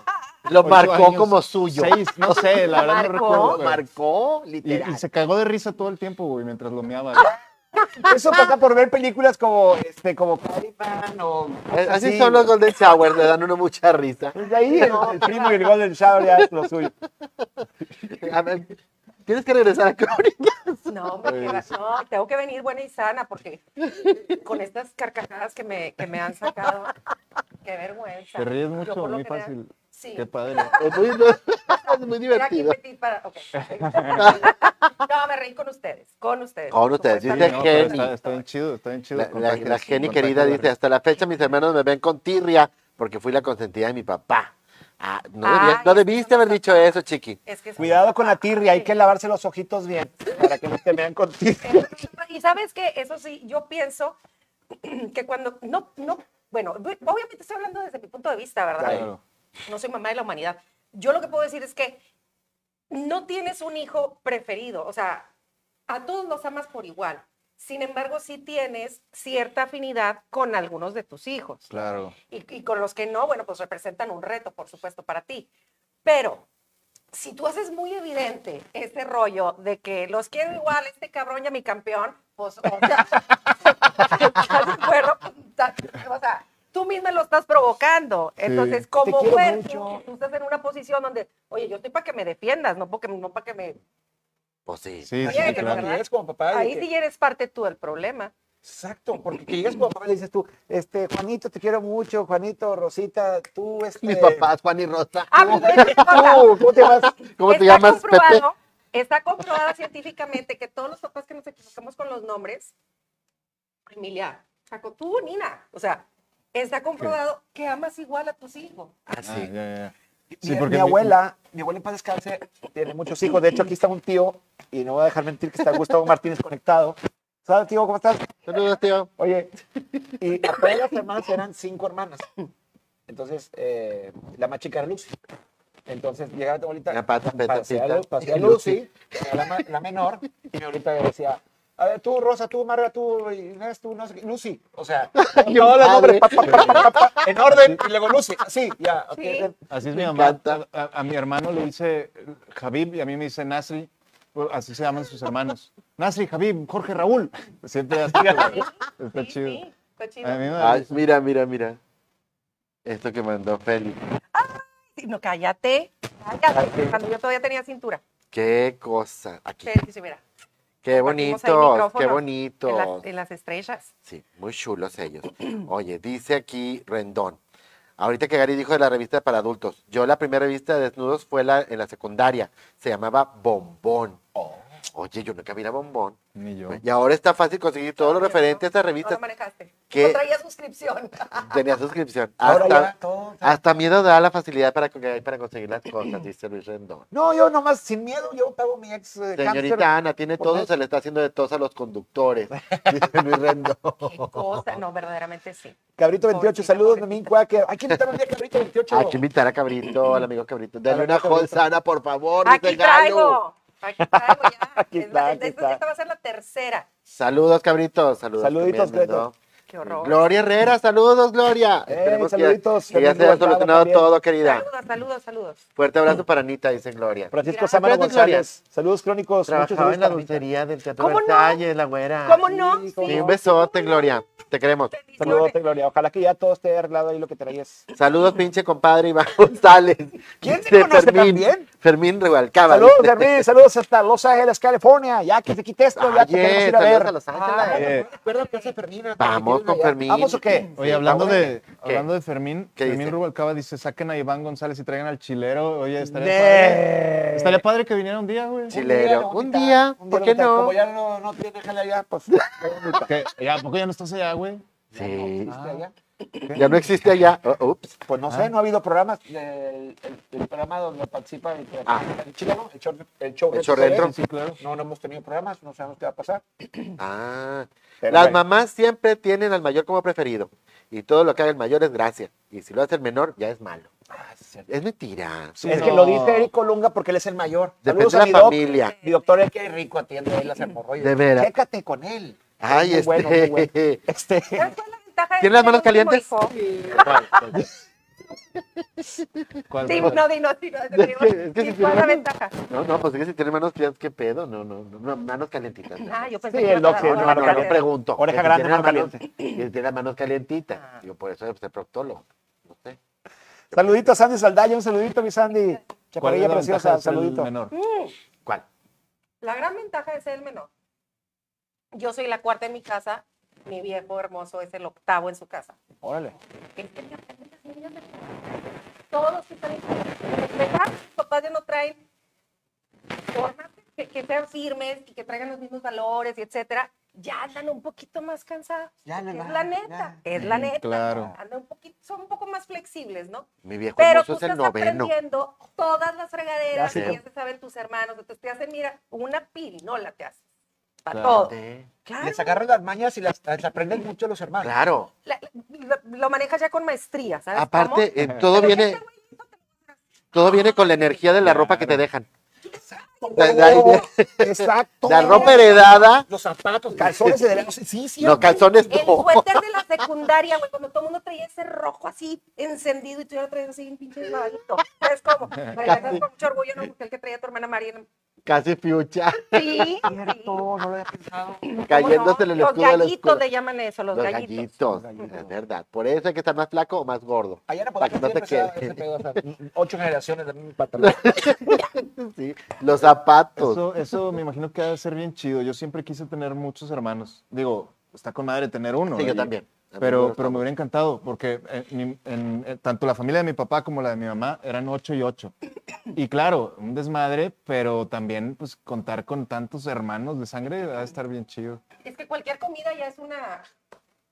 Speaker 2: Lo
Speaker 3: ocho
Speaker 2: marcó
Speaker 3: años,
Speaker 2: como suyo.
Speaker 3: seis, no sé, la verdad no
Speaker 4: Marcó.
Speaker 3: recuerdo.
Speaker 2: Lo
Speaker 3: güey.
Speaker 2: marcó,
Speaker 3: Y, y
Speaker 2: literal.
Speaker 3: se cagó de risa todo el tiempo, güey, mientras lo meaba. güey.
Speaker 5: Eso pasa por ver películas como, este, como Caliban o...
Speaker 2: Eh, Así son los Golden Shower, le dan uno mucha risa.
Speaker 5: De ahí el, el primo y el Golden Shower ya es lo suyo.
Speaker 2: A ver, tienes que regresar a
Speaker 3: *laughs*
Speaker 2: Crónica.
Speaker 4: No, hombre, qué va- no, tengo que venir buena y sana porque con estas carcajadas que me, que me han sacado, qué vergüenza.
Speaker 3: Te ríes mucho,
Speaker 4: Yo por lo
Speaker 3: muy
Speaker 4: general-
Speaker 3: fácil.
Speaker 4: Sí.
Speaker 3: Qué
Speaker 4: Qué
Speaker 3: padre.
Speaker 2: Es muy, es muy
Speaker 4: aquí
Speaker 2: divertido.
Speaker 4: metí para. ok. no, me reí con ustedes, con ustedes.
Speaker 2: Con ustedes,
Speaker 3: Sí,
Speaker 2: dice
Speaker 4: completamente.
Speaker 3: no, pero
Speaker 2: Jenny.
Speaker 3: está, está bien chido, está bien chido.
Speaker 2: La,
Speaker 3: el
Speaker 2: la,
Speaker 3: contagio-
Speaker 2: la
Speaker 3: el
Speaker 2: Jenny
Speaker 3: contagio
Speaker 2: querida
Speaker 3: de
Speaker 2: dice, hasta la fecha mis hermanos me ven con tirria porque fui la consentida de mi papá. Ah, no, debías-
Speaker 4: Ay,
Speaker 2: no
Speaker 4: es que
Speaker 2: debiste
Speaker 4: no
Speaker 2: haber
Speaker 4: está-
Speaker 2: dicho eso, chiqui.
Speaker 4: Es que-
Speaker 5: Cuidado con la tirria, hay que lavarse los ojitos bien para que no te vean con tirria.
Speaker 4: Y sabes que eso sí, yo pienso *clears throat* que cuando no, no, bueno, obviamente estoy hablando desde mi punto de vista, ¿verdad?
Speaker 3: Claro.
Speaker 4: no soy mamá de la humanidad. Yo lo que puedo decir es que no tienes un hijo preferido, o sea, a todos los amas por igual. Sin embargo, sí tienes cierta afinidad con algunos de tus hijos
Speaker 3: Claro.
Speaker 4: y, y con los que no, bueno, pues representan un reto, por supuesto, para ti. Pero si tú haces muy evidente este rollo de que los quiero igual, este cabrón y a mi campeón, pues, o sea, *laughs* ¿estás de acuerdo? O sea, tú misma lo estás provocando. Entonces, como
Speaker 5: quiero
Speaker 4: cuerpo,
Speaker 5: mucho.
Speaker 4: tú estás en una posición donde, oye, yo estoy para que me defiendas, no para que, no para que me...
Speaker 2: Pues sí.
Speaker 3: Sí, sí,
Speaker 4: Oye,
Speaker 3: claro.
Speaker 4: ¿verdad?
Speaker 5: Es como papá. y
Speaker 4: Ahí
Speaker 5: que-
Speaker 4: sí eres parte tú del problema.
Speaker 5: Exacto, porque que llegas como papá y le dices tú, este, Juanito, te quiero mucho, Juanito, Rosita, tú, este...
Speaker 2: Mis papás, Juan y Rosa.
Speaker 5: *laughs*
Speaker 4: Ah, pues, oye, cosa.
Speaker 5: Tú, ¿cómo te vas?
Speaker 2: ¿Cómo te
Speaker 4: Está
Speaker 2: llamas, Pepe?
Speaker 4: comprobado- Está comprobado científicamente que todos los papás que nos equivocamos con los nombres, Emilia, Jaco, tú, Nina, o sea, está comprobado que amas igual a tus hijos.
Speaker 3: Ah, ya, ya, ya. Sí,
Speaker 5: mi,
Speaker 3: porque
Speaker 5: mi
Speaker 3: mi-
Speaker 5: abuela, mi abuela en paz descanse, tiene muchos hijos. De hecho, aquí está un tío, y no voy a dejar mentir que está Gustavo Martínez conectado. ¿Sabes, tío, cómo estás?
Speaker 2: Saludos, tío.
Speaker 5: Oye, y apenas las hermanas eran cinco hermanas. Entonces, eh, la más chica era Lucy.
Speaker 1: Entonces llegaba tu abuelita,
Speaker 2: La pata, peta,
Speaker 1: pasé a,
Speaker 2: pita.
Speaker 1: Lu- pasé a
Speaker 2: Y
Speaker 1: Lucy, la, ma- la menor, y mi abuelita decía, a ver, tú, Rosa, tú, Marga, tú, Inés, tú, no sé qué, Lucy. O *laughs* sea, todos los nombres, pa, pa, pa, pa, pa, pa, en orden, y luego Lucy, así, ya. ok,
Speaker 4: Sí.
Speaker 1: ven.
Speaker 3: Así es mi
Speaker 2: Me
Speaker 3: mamá.
Speaker 2: encanta.
Speaker 3: A, a- a mi hermano le dice eh, Javib y a mí me dice Nasri. Bueno, Así se llaman sus hermanos. Nasri, Javib, Jorge, Raúl. Siempre así.
Speaker 4: *laughs*
Speaker 3: güey. Está
Speaker 4: Sí,
Speaker 3: chido.
Speaker 4: sí, está chido.
Speaker 3: A mí me
Speaker 2: Ay, mira, mira, mira. Esto que mandó Félix.
Speaker 4: Sí, No, cállate. Cállate. Cuando yo todavía tenía cintura.
Speaker 2: Qué cosa. Aquí.
Speaker 4: Sí, sí, sí, mira.
Speaker 2: Qué
Speaker 4: Compartimos
Speaker 2: bonitos,
Speaker 4: ahí
Speaker 2: qué
Speaker 4: micrófonos En
Speaker 2: bonitos.
Speaker 4: las, en las estrellas.
Speaker 2: Sí, muy chulos ellos. *clears throat* Oye, dice aquí Rendón. Ahorita que Gary dijo de la revista para adultos, yo la primera revista de desnudos fue la, en la secundaria. Se llamaba Bombón. Oye, yo nunca vi la Bombón.
Speaker 3: Ni yo.
Speaker 2: Y ahora está fácil conseguir todo lo referente a estas
Speaker 4: No
Speaker 2: revistas.
Speaker 4: lo manejaste.
Speaker 2: ¿Qué?
Speaker 4: No traía suscripción. *laughs*
Speaker 2: Tenía suscripción.
Speaker 1: Ahora ya
Speaker 2: Hasta,
Speaker 1: todo-
Speaker 2: hasta miedo da la facilidad para, que hay para conseguir las
Speaker 1: *clears throat*
Speaker 2: cosas, dice Luis Rendón.
Speaker 1: No, yo nomás, sin miedo, yo pago mi ex eh, hámster.
Speaker 2: Señorita Ana, tiene
Speaker 1: por
Speaker 2: todo,
Speaker 1: mes.
Speaker 2: se le está haciendo de tos a los
Speaker 1: *laughs*
Speaker 2: conductores, dice Luis Rendón.
Speaker 4: Qué cosa. No, verdaderamente sí.
Speaker 1: Cabrito 28,
Speaker 4: Pobrecita,
Speaker 1: saludos
Speaker 4: pobrecita.
Speaker 1: de Mincuaque. Hay que invitar un día a Cabrito 28.
Speaker 2: Hay que invitar a Cabrito, al amigo Cabrito. Dale
Speaker 1: Al amigo
Speaker 2: una
Speaker 1: Cabrito.
Speaker 2: jolsana, por favor.
Speaker 4: Aquí
Speaker 2: dice Galo.
Speaker 4: traigo. Aquí traigo ya.
Speaker 2: *laughs*
Speaker 1: Aquí
Speaker 4: Es más,
Speaker 1: está,
Speaker 4: esta,
Speaker 1: aquí está.
Speaker 4: esta va a ser la tercera.
Speaker 2: Saludos, Cabritos. Saludos.
Speaker 1: Saluditos,
Speaker 2: también,
Speaker 1: Cleto.
Speaker 4: Qué horror.
Speaker 2: Gloria Herrera, saludos, Gloria.
Speaker 1: Ey,
Speaker 2: Esperemos que-
Speaker 1: saluditos,
Speaker 2: que, ya se
Speaker 1: Fernando
Speaker 2: haya
Speaker 1: Guardado
Speaker 2: solucionado
Speaker 1: también.
Speaker 2: todo, querida.
Speaker 4: Saludos, saludos, saludos.
Speaker 2: Fuerte abrazo para Anita, dice Gloria.
Speaker 1: Francisco
Speaker 4: Gracias.
Speaker 1: Samara
Speaker 2: Gracias, Gloria.
Speaker 1: González. *laughs* Saludos crónicos. Muchos
Speaker 2: Trabajaba
Speaker 1: saludos
Speaker 2: en la
Speaker 1: para Anita.
Speaker 2: dulcería del Teatro
Speaker 4: ¿Cómo no?
Speaker 2: Versalles, la güera.
Speaker 4: ¿Cómo no? Sí.
Speaker 2: Sí, un besote, Gloria. Te queremos.
Speaker 1: Saludos,
Speaker 4: Bendiciones.
Speaker 1: Gloria. Ojalá que ya todo esté arreglado ahí lo que traías.
Speaker 2: Saludos, pinche compadre Iván *laughs* González.
Speaker 1: ¿Quién te
Speaker 2: Dice
Speaker 1: conoce también?
Speaker 2: Fermín Rubalcaba.
Speaker 1: Saludos,
Speaker 2: dice.
Speaker 1: Fermín. Saludos hasta Los Ángeles, California. Ya que te quité esto, ya te
Speaker 2: Oye,
Speaker 1: queremos ir a
Speaker 2: saludos
Speaker 1: ver.
Speaker 2: a Los Ángeles.
Speaker 3: Eh,
Speaker 1: Recuerda que hace Fermín.
Speaker 2: Vamos con Fermín.
Speaker 1: ¿Vamos o qué?
Speaker 3: Oye, hablando
Speaker 1: ahora
Speaker 3: de,
Speaker 2: ¿Qué?
Speaker 3: hablando de Fermín,
Speaker 2: ¿Qué
Speaker 3: Fermín
Speaker 2: dice?
Speaker 3: Rubalcaba dice, saquen a Iván González y traigan al chilero. Oye, estaría padre.
Speaker 1: Ne-
Speaker 3: Estaría padre que viniera un día, güey.
Speaker 2: Chile.
Speaker 1: Un día,
Speaker 2: Chilero. Un día,
Speaker 1: un
Speaker 2: ¿por qué
Speaker 1: lo mitad.
Speaker 2: no?
Speaker 1: Como ya no, no tiene jale allá,
Speaker 2: *laughs*
Speaker 1: pues.
Speaker 3: ¿Qué? ¿Ya, ¿A poco ya no estás allá, güey?
Speaker 2: Sí.
Speaker 1: este allá.
Speaker 2: Ya no existe allá. Oh, ups.
Speaker 1: Pues no sé, no ha habido programas. El, el- el programa donde participa el,
Speaker 2: Ah.
Speaker 1: el chileno, el show, el show,
Speaker 2: El
Speaker 1: de
Speaker 2: show
Speaker 1: TV.
Speaker 2: retro.
Speaker 3: Sí, claro.
Speaker 1: No, no hemos tenido programas, no sabemos qué va a pasar.
Speaker 2: Ah.
Speaker 1: Pero
Speaker 2: Las
Speaker 1: bueno.
Speaker 2: mamás siempre tienen al mayor como preferido. Y todo lo que haga el mayor es gracia. Y si lo hace el menor, ya es malo.
Speaker 1: Ah, sí, es cierto.
Speaker 2: Es mentira.
Speaker 3: Sí,
Speaker 1: es
Speaker 3: no.
Speaker 1: que lo dice Eric Colunga porque él es el mayor.
Speaker 2: Depende
Speaker 1: Saludos
Speaker 2: de
Speaker 1: a
Speaker 2: la
Speaker 1: mi doc.
Speaker 2: familia.
Speaker 1: Mi doctor es que rico atiende él las hemorroides.
Speaker 2: De veras.
Speaker 1: Chécate con él.
Speaker 2: Ay,
Speaker 1: Muy
Speaker 2: este.
Speaker 1: bueno, muy bueno.
Speaker 2: *laughs*
Speaker 1: Este.
Speaker 4: ¿Cuál fue la ventaja de
Speaker 2: ¿Tiene las manos
Speaker 4: ser el último
Speaker 2: calientes?
Speaker 4: hijo?
Speaker 2: *laughs*
Speaker 3: ¿Cuál-
Speaker 4: Sí,
Speaker 3: cuál?
Speaker 4: no, di, no, di, no. di,
Speaker 2: Es que- es que
Speaker 4: di,
Speaker 2: si
Speaker 4: ¿Cuál es
Speaker 2: tiene
Speaker 4: la
Speaker 2: manos-
Speaker 4: ventaja?
Speaker 2: No, no, pues es que si tiene manos frías, qué pedo. No, no, no, no, manos calentitas. No.
Speaker 4: Ah, yo pensé
Speaker 1: Sí,
Speaker 4: que
Speaker 1: el
Speaker 4: iba a
Speaker 1: Doc
Speaker 4: tratar
Speaker 1: tiene
Speaker 4: de
Speaker 1: manos
Speaker 4: hablar.
Speaker 1: calientes.
Speaker 2: pregunto.
Speaker 1: Oreja
Speaker 2: que si
Speaker 1: grande,
Speaker 2: tiene las
Speaker 1: mano
Speaker 2: manos- que si tiene las manos calentitas.
Speaker 4: Ah.
Speaker 2: Digo, por eso es proctólogo. No sé.
Speaker 1: Saludito a Sandy Saldaya, un saludito, mi Sandy.
Speaker 3: ¿Cuál es
Speaker 1: Chaparilla
Speaker 3: la ventaja
Speaker 1: preciosa,
Speaker 3: de ser el
Speaker 1: saludito.
Speaker 3: menor?
Speaker 2: ¿Cuál?
Speaker 4: Mm, La gran ventaja de ser el menor. Yo soy la cuarta en mi casa, mi viejo hermoso es el octavo en su casa.
Speaker 1: Órale.
Speaker 4: Todos están en casa. Mis papás ya no traen formas que, que sean firmes y que traigan los mismos valores y etcétera. Ya andan un poquito más cansados.
Speaker 1: Ya le
Speaker 4: es
Speaker 1: va,
Speaker 4: la neta, es la
Speaker 3: Mm,
Speaker 4: neta.
Speaker 3: claro.
Speaker 4: Andan un poquito, son un poco más flexibles, ¿no?
Speaker 2: Mi viejo
Speaker 4: Pero
Speaker 2: hermoso
Speaker 4: tú
Speaker 2: es el
Speaker 4: estás
Speaker 2: noveno.
Speaker 4: aprendiendo todas las fregaderas
Speaker 1: Ya
Speaker 4: que
Speaker 1: sé.
Speaker 4: ya se saben tus hermanos. Entonces te hacen, mira, una pirinola te haces. Para
Speaker 3: Claro.
Speaker 4: todo.
Speaker 2: Sí,
Speaker 4: Claro.
Speaker 1: Les agarran las mañas y las, las aprenden mucho los hermanos.
Speaker 2: Claro.
Speaker 4: La- la- lo, lo manejas ya con maestría, ¿sabes?
Speaker 2: Aparte,
Speaker 4: cómo?
Speaker 2: eh, todo
Speaker 4: Pero
Speaker 2: viene,
Speaker 4: este güey
Speaker 2: todo viene con la energía de la ropa que te dejan. La, la-
Speaker 1: Oh, Exacto.
Speaker 2: la ropa heredada,
Speaker 1: Los zapatos, calzones de verano. Sí, sí.
Speaker 2: los calzones
Speaker 4: El
Speaker 2: no.
Speaker 4: suéter de la secundaria, güey, cuando todo el mundo traía ese rojo así encendido y tú ya lo traías así en pinche lavadito. ¿Sabes cómo? Me regalas con mucho orgullo, ¿no? Porque el que traía tu hermana María. ¿no?
Speaker 2: Casi fucha,
Speaker 4: Sí, sí.
Speaker 1: Cierto, no lo había pensado.
Speaker 2: cayéndose en el
Speaker 4: Los
Speaker 2: escudo del escudo.
Speaker 4: gallitos le llaman eso, los,
Speaker 2: Los
Speaker 4: gallitos.
Speaker 2: gallitos,
Speaker 1: gallitos.
Speaker 2: es verdad. Por eso hay que estar más flaco o más gordo.
Speaker 1: Ayer
Speaker 2: Para que no te
Speaker 1: ese pedo, o sea, ocho generaciones de mi pantalón.
Speaker 2: Sí, Los zapatos.
Speaker 3: Eso, eso me imagino que ha de ser bien chido. Yo siempre quise tener muchos hermanos. Digo, está con madre tener uno.
Speaker 2: Sí,
Speaker 3: y-
Speaker 2: yo también. A mí
Speaker 3: Pero,
Speaker 2: gusta
Speaker 3: pero me
Speaker 2: mucho.
Speaker 3: hubiera encantado, porque eh, mi- en- eh, tanto la familia de mi papá como la de mi mamá eran ocho y ocho. Y claro, un desmadre, pero también pues contar con tantos hermanos de sangre va a estar bien chido.
Speaker 4: Es que cualquier comida ya es una.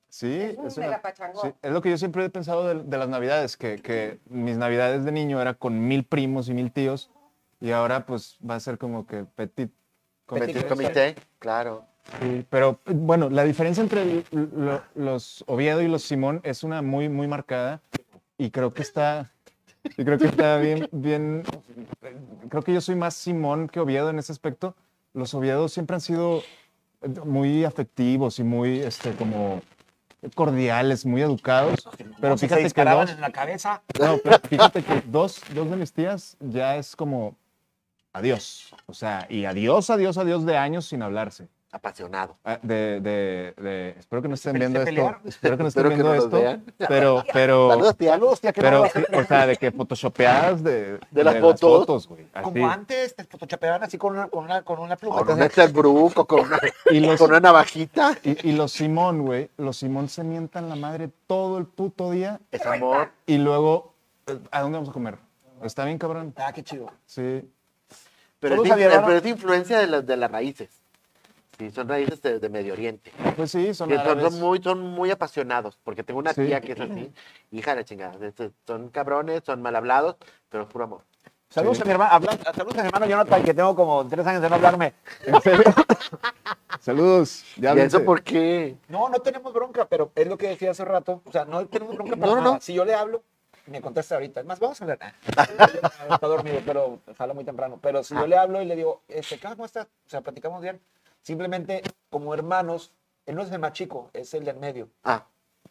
Speaker 3: Sí,
Speaker 4: Es un
Speaker 3: una-
Speaker 4: megapachangón.
Speaker 3: sí, es lo que yo siempre he pensado de, de las navidades, que, que mis navidades de niño era con mil primos y mil tíos, y ahora pues va a ser como que petit
Speaker 2: Petit
Speaker 3: comité.
Speaker 2: comité, claro.
Speaker 3: Sí, Eh, pero bueno, la diferencia entre el- lo- los Oviedo y los Simón es una muy, muy marcada y creo que está... Yo creo que está bien, bien. Creo que yo soy más Simón que Oviedo en ese aspecto. Los Oviedos siempre han sido muy afectivos y muy, este, como cordiales, muy educados. Pero
Speaker 1: Se
Speaker 3: fíjate que
Speaker 1: disparaban
Speaker 3: dos,
Speaker 1: en la cabeza.
Speaker 3: no, pero fíjate que dos, dos de mis tías ya es como adiós. O sea, y adiós, adiós, adiós de años sin hablarse.
Speaker 2: Apasionado.
Speaker 3: Ah, De, de, de- espero que no estén
Speaker 1: ¿Se
Speaker 3: viendo esto.
Speaker 1: pelearon?
Speaker 2: *laughs*
Speaker 3: Espero que no estén
Speaker 2: Espero que
Speaker 3: viendo
Speaker 2: no los
Speaker 3: esto.
Speaker 2: vean. *laughs*
Speaker 3: Pero, pero.
Speaker 2: Saludos, tía.
Speaker 1: Saludos, tía, que
Speaker 3: Pero,
Speaker 1: no-
Speaker 3: sí, o sea, de que photoshopeadas de,
Speaker 2: *laughs* De las fotos.
Speaker 3: güey,
Speaker 1: Como
Speaker 3: así.
Speaker 1: antes, te fotochapeaban así con una, con una, con una pluma.
Speaker 2: Con un exalbruco, con una,
Speaker 3: Y los,
Speaker 2: con una navajita.
Speaker 3: y, y los Simón, güey, los Simón se mientan la madre todo el puto día
Speaker 2: Es amor.
Speaker 3: y luego, eh, ¿a dónde vamos a comer? Está bien, cabrón.
Speaker 1: Ah, qué chido.
Speaker 3: Sí.
Speaker 2: Pero
Speaker 1: Saludos
Speaker 2: es, de,
Speaker 1: a mi hermano.
Speaker 2: pero es de influencia de las, de las raíces. Sí, son raíces de, de Medio Oriente.
Speaker 3: Pues sí, son
Speaker 2: Que son,
Speaker 3: árabes.
Speaker 2: son muy, son muy apasionados, porque tengo una
Speaker 3: Sí.
Speaker 2: tía que es así, hija de la chingada. este, Son cabrones, son mal hablados, pero es puro amor.
Speaker 1: Saludos
Speaker 3: Sí.
Speaker 1: a mi hermano, habla- saludos a mi hermano Jonathan, que tengo como tres años de no hablarme.
Speaker 3: *laughs* ¿En serio? Saludos. Ya
Speaker 2: ¿Y eso
Speaker 3: vente.
Speaker 2: por qué?
Speaker 1: No, no tenemos bronca, pero es lo que decía hace rato. O sea, no tenemos bronca para
Speaker 2: No, no,
Speaker 1: nada.
Speaker 2: no.
Speaker 1: Si yo le hablo, me contesta ahorita. Es más, vamos a hablar. Ah, Está dormido, pero sale muy temprano. Pero si yo le hablo y le digo, este, ¿qué onda? ¿Cómo estás? O sea, platicamos bien. Simplemente, como hermanos, él no es el más chico, es el del medio.
Speaker 2: Ah,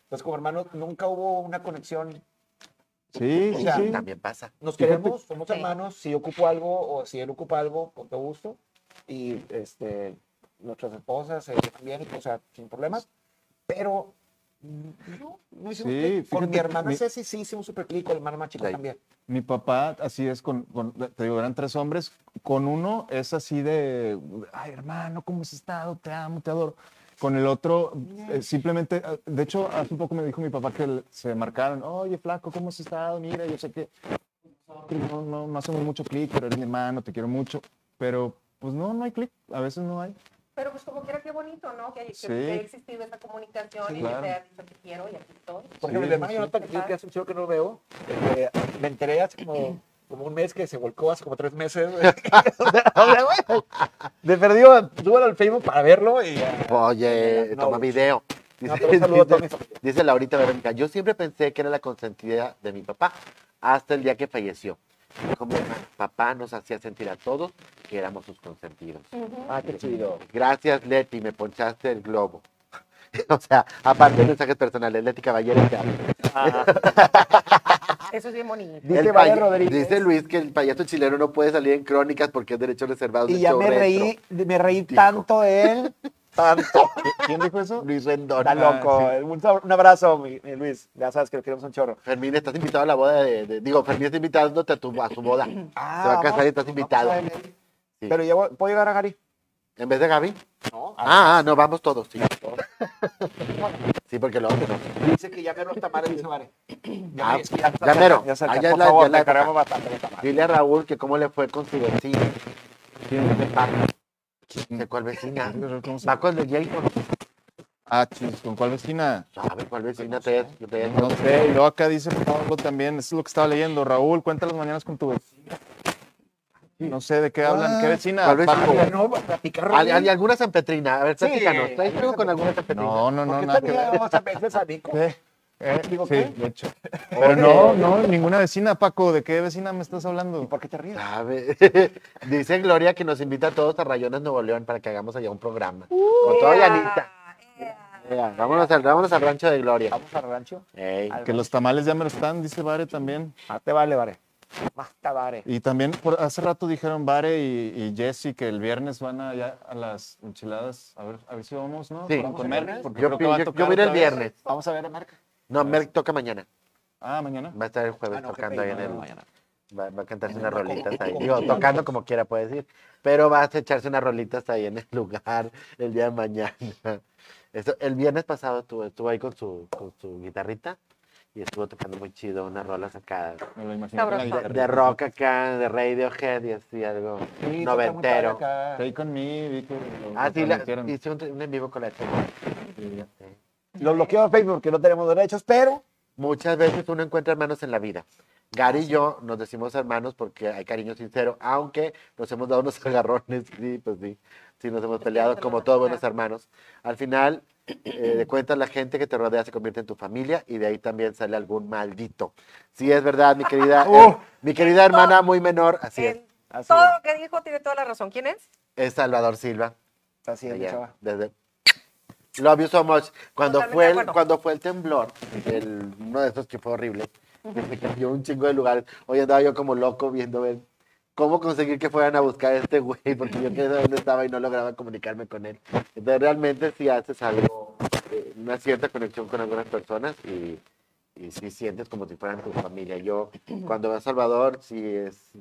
Speaker 1: Entonces, como hermanos, nunca hubo una conexión.
Speaker 3: Sí,
Speaker 2: o
Speaker 3: sí,
Speaker 2: sea,
Speaker 3: sí.
Speaker 2: pues también pasa.
Speaker 1: Nos
Speaker 3: Fíjate.
Speaker 1: queremos, somos
Speaker 4: Sí.
Speaker 1: hermanos. Si yo ocupo algo o si él ocupa algo, con todo gusto. Y este, nuestras esposas se llevan bien, o sea, sin problemas. Pero mm, no, no hicimos
Speaker 3: Sí,
Speaker 1: clic.
Speaker 3: fíjate
Speaker 1: Con mi
Speaker 3: que
Speaker 1: hermana
Speaker 3: mi-
Speaker 1: Ceci sí hicimos super clic, con el hermano más chico
Speaker 2: Ahí.
Speaker 1: también.
Speaker 3: Mi papá, así es, con, con- te digo, eran tres hombres. Con uno es así de, ay, hermano, ¿cómo has estado? Te amo, te adoro. Con el otro, eh, simplemente, eh, de hecho, hace un poco me dijo mi papá que l- se marcaron, oye, flaco, ¿cómo has estado? Mira, yo sé que no, no, no hacemos mucho clic, pero eres mi hermano, te quiero mucho. Pero, pues no, no hay clic, a veces no hay.
Speaker 4: Pero pues como quiera, qué bonito, ¿no? Que, que-
Speaker 3: Sí.
Speaker 4: que haya existido esa comunicación
Speaker 3: Sí,
Speaker 4: y
Speaker 3: claro.
Speaker 4: que te ha dicho que quiero y aquí estoy.
Speaker 1: Por ejemplo,
Speaker 3: Sí,
Speaker 1: el hermano
Speaker 3: sí,
Speaker 1: Jonathan, que, que hace un chico que no lo veo, eh, me enteré hace como, como un mes que se volcó, hace como tres meses.
Speaker 3: *laughs*
Speaker 1: O sea, o sea, güey, de perdido, súbalo al Facebook para verlo y ya.
Speaker 2: Oye,
Speaker 1: No,
Speaker 2: toma
Speaker 1: güey.
Speaker 2: video.
Speaker 1: No, pero un saludo a toda mi familia.
Speaker 2: Dice Laurita Verónica, yo siempre pensé que era la consentida de mi papá, hasta el día que falleció. Dijo mi hermano, papá nos hacía sentir a todos que éramos sus consentidos.
Speaker 1: Ah, qué chido.
Speaker 2: Gracias, Leti, me ponchaste el globo. *laughs* o sea, aparte de mensajes personales, Leti Caballero, te amo.
Speaker 4: Eso es bien bonito.
Speaker 1: Dice
Speaker 2: El
Speaker 1: Vaya
Speaker 2: paya-
Speaker 1: Rodríguez.
Speaker 2: dice Luis que el payaso chileno no puede salir en crónicas porque es derecho reservado.
Speaker 1: Y
Speaker 2: del
Speaker 1: ya
Speaker 2: show
Speaker 1: me reí,
Speaker 2: retro.
Speaker 1: me reí tanto de él. Tanto.
Speaker 3: ¿Quién dijo eso?
Speaker 2: Luis Rendón.
Speaker 1: Está loco.
Speaker 3: Ah,
Speaker 1: Un, sab- un abrazo, mi, mi Luis. Ya sabes que lo queremos un chorro.
Speaker 2: Fermín, estás invitado a la boda de, de- Digo, Fermín está invitándote a, tu, a su
Speaker 1: *clears throat*
Speaker 2: boda.
Speaker 1: Ah,
Speaker 2: Se va a casar
Speaker 1: vamos-
Speaker 2: y estás
Speaker 1: vamos
Speaker 2: invitado.
Speaker 1: a ver.
Speaker 2: Sí.
Speaker 1: Pero ya voy- puedo llegar a Gary.
Speaker 2: ¿En vez de Gaby?
Speaker 1: No.
Speaker 2: Ah, ah, no, vamos todos. Sí, *laughs* sí porque lo otro.
Speaker 1: Dice que ya mero está mal, dice Vare.
Speaker 2: Ah,
Speaker 1: me- está
Speaker 2: ya mero.
Speaker 1: cerca, Ya cerca.
Speaker 2: Ah, ya
Speaker 1: por
Speaker 2: la-
Speaker 1: favor,
Speaker 2: ya la
Speaker 1: te
Speaker 2: época.
Speaker 1: queremos bastante. ya está mal.
Speaker 2: Dile a Raúl que cómo le fue con su vecina. De Paco. ¿De cuál vecina?
Speaker 3: ¿Cómo se-
Speaker 2: Va con el Jason.
Speaker 3: Ah, chis, ¿con cuál vecina?
Speaker 2: ¿Sabes Pues, cuál vecina
Speaker 1: Pues,
Speaker 2: te es? Yo te-
Speaker 3: No sé, y luego acá dice Pablo también, eso es lo que estaba leyendo. Raúl, cuenta las mañanas con tu vecina. No sé de qué hablan,
Speaker 2: Ah,
Speaker 3: qué vecina.
Speaker 2: ¿Cuál vecina?
Speaker 3: Paco?
Speaker 1: Ya No, pues, platicar.
Speaker 2: Al- al- alguna San Petrina. A ver,
Speaker 1: Sí.
Speaker 2: platícanos. ¿Traes algo con alguna San Petrina?
Speaker 3: No, no, no,
Speaker 1: ¿Por qué
Speaker 3: nada
Speaker 1: te
Speaker 3: que ver.
Speaker 1: llamamos a pues, veces a Nico?
Speaker 3: ¿Qué? Eh,
Speaker 2: Ah,
Speaker 1: Digo,
Speaker 3: sí,
Speaker 1: ¿qué?
Speaker 3: de hecho. Pero no, no, ninguna vecina, Paco. ¿De qué vecina me estás hablando?
Speaker 1: ¿Por qué te ríes?
Speaker 2: ¿Sabe? *laughs* Dice Gloria que nos invita a todos a Rayones Nuevo León para que hagamos allá un programa. con toda
Speaker 4: Ea,
Speaker 2: Yanita.
Speaker 4: ea.
Speaker 2: Ea, vámonos, al, vámonos al rancho de Gloria.
Speaker 1: Vamos al rancho.
Speaker 2: Ey.
Speaker 1: Al-
Speaker 3: Que los tamales ya me lo están, dice Vare también.
Speaker 1: Ah, te vale, Vare. Más te vale.
Speaker 3: Y también por, hace rato dijeron Vare y, y Jesse que el viernes van allá a las enchiladas. A ver, a ver si vamos, ¿no?
Speaker 2: Sí.
Speaker 3: Para comer, porque
Speaker 2: Yo,
Speaker 3: creo que
Speaker 2: pi-
Speaker 3: va a
Speaker 2: yo- yo
Speaker 3: tocar
Speaker 2: voy a ir el
Speaker 3: otra vez.
Speaker 2: viernes.
Speaker 1: Vamos a ver a Marca.
Speaker 2: No, Merck toca mañana.
Speaker 3: Ah, mañana.
Speaker 2: Va a estar el jueves
Speaker 1: Ah, no,
Speaker 2: tocando
Speaker 1: qué
Speaker 2: ahí
Speaker 1: pena,
Speaker 2: en el.
Speaker 1: no, mañana.
Speaker 2: Va, va a cantarse
Speaker 1: En
Speaker 2: unas
Speaker 1: el Rococó.
Speaker 2: rolitas ahí. Digo, tocando como quiera, puede decir. Pero vas a echarse unas rolitas ahí en el lugar el día de mañana. Eso, el viernes pasado estuvo, estuvo ahí con su, con su guitarrita y estuvo tocando muy chido unas rolas acá
Speaker 3: Me lo imagino. con la
Speaker 4: Sabroso.
Speaker 2: de,
Speaker 3: guitarra.
Speaker 2: de rock acá, de Radiohead y así algo
Speaker 1: Sí, toca muy padre
Speaker 2: noventero.
Speaker 1: acá.
Speaker 3: Stay con me, vi que lo-
Speaker 2: Ah,
Speaker 3: lo
Speaker 2: sí, la-
Speaker 3: transmitieron.
Speaker 2: hice un, un en vivo con la chica.
Speaker 3: Sí.
Speaker 1: Lo bloqueo a Facebook porque no tenemos derechos, pero
Speaker 2: Muchas veces uno encuentra hermanos en la vida. Gary y yo nos decimos hermanos porque hay cariño sincero, aunque nos hemos *laughs* dado unos agarrones, sí, pues sí, sí, nos hemos peleado como todos buenos hermanos. Al final, eh, de cuentas la gente que te rodea se convierte en tu familia y de ahí también sale algún maldito. Sí, es verdad, mi querida, eh, mi querida hermana muy menor, así es,
Speaker 4: En
Speaker 1: Así
Speaker 4: todo
Speaker 1: es,
Speaker 4: lo que dijo tiene toda la razón. ¿Quién es?
Speaker 2: es Salvador Silva.
Speaker 1: así es, mi
Speaker 2: allá,
Speaker 1: chava.
Speaker 2: desde Love you so much. Cuando
Speaker 4: Totalmente
Speaker 2: fue
Speaker 4: de
Speaker 2: el,
Speaker 4: acuerdo.
Speaker 2: cuando fue el temblor, el- uno de esos que fue horrible, que se cambió un chingo de lugares. Hoy andaba yo como loco viendo ver cómo conseguir que fueran a buscar a este güey, porque yo quería saber dónde estaba y no lograba comunicarme con él. Entonces realmente sí haces algo, eh, una cierta conexión con algunas personas y, y sí sientes como si fueran tu familia. Yo cuando veo a Salvador sí es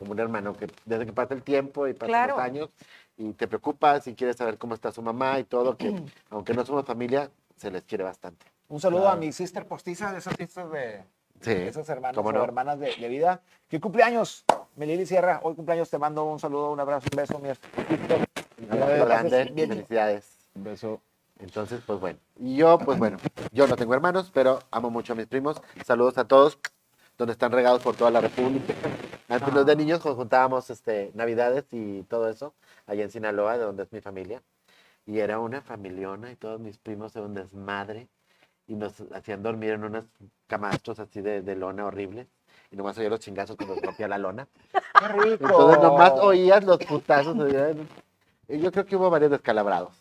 Speaker 2: como un hermano que desde que pasa el tiempo y pasan
Speaker 4: Claro.
Speaker 2: los años y te preocupas y quieres saber cómo está su mamá y todo, que aunque no somos familia, se les quiere bastante.
Speaker 1: Un saludo
Speaker 2: Claro.
Speaker 1: a mi sister postiza, de esas sisters de,
Speaker 2: Sí.
Speaker 1: esas hermanas
Speaker 2: ¿Cómo
Speaker 1: o
Speaker 2: no?
Speaker 1: hermanas de, de vida. Que cumpleaños, Melili Sierra, hoy cumpleaños te mando un saludo, un abrazo, un beso, mi hermanito.
Speaker 2: Un abrazo grande, felicidades.
Speaker 3: Un beso.
Speaker 2: Entonces, pues bueno. Y yo, pues bueno, yo no tengo hermanos, pero amo mucho a mis primos. Saludos a todos, donde están regados por toda la República. Antes los de niños nos juntábamos este, Navidades y todo eso, allá en Sinaloa, de donde es mi familia. Y era una familiona y todos mis primos eran un desmadre. Y nos hacían dormir en unos camastros así de, de lona horrible. Y nomás oía los chingazos cuando se rompía la lona.
Speaker 1: ¡Qué rico!
Speaker 2: Entonces nomás
Speaker 1: Oh.
Speaker 2: oías los putazos. oías- y Yo creo que hubo varios descalabrados.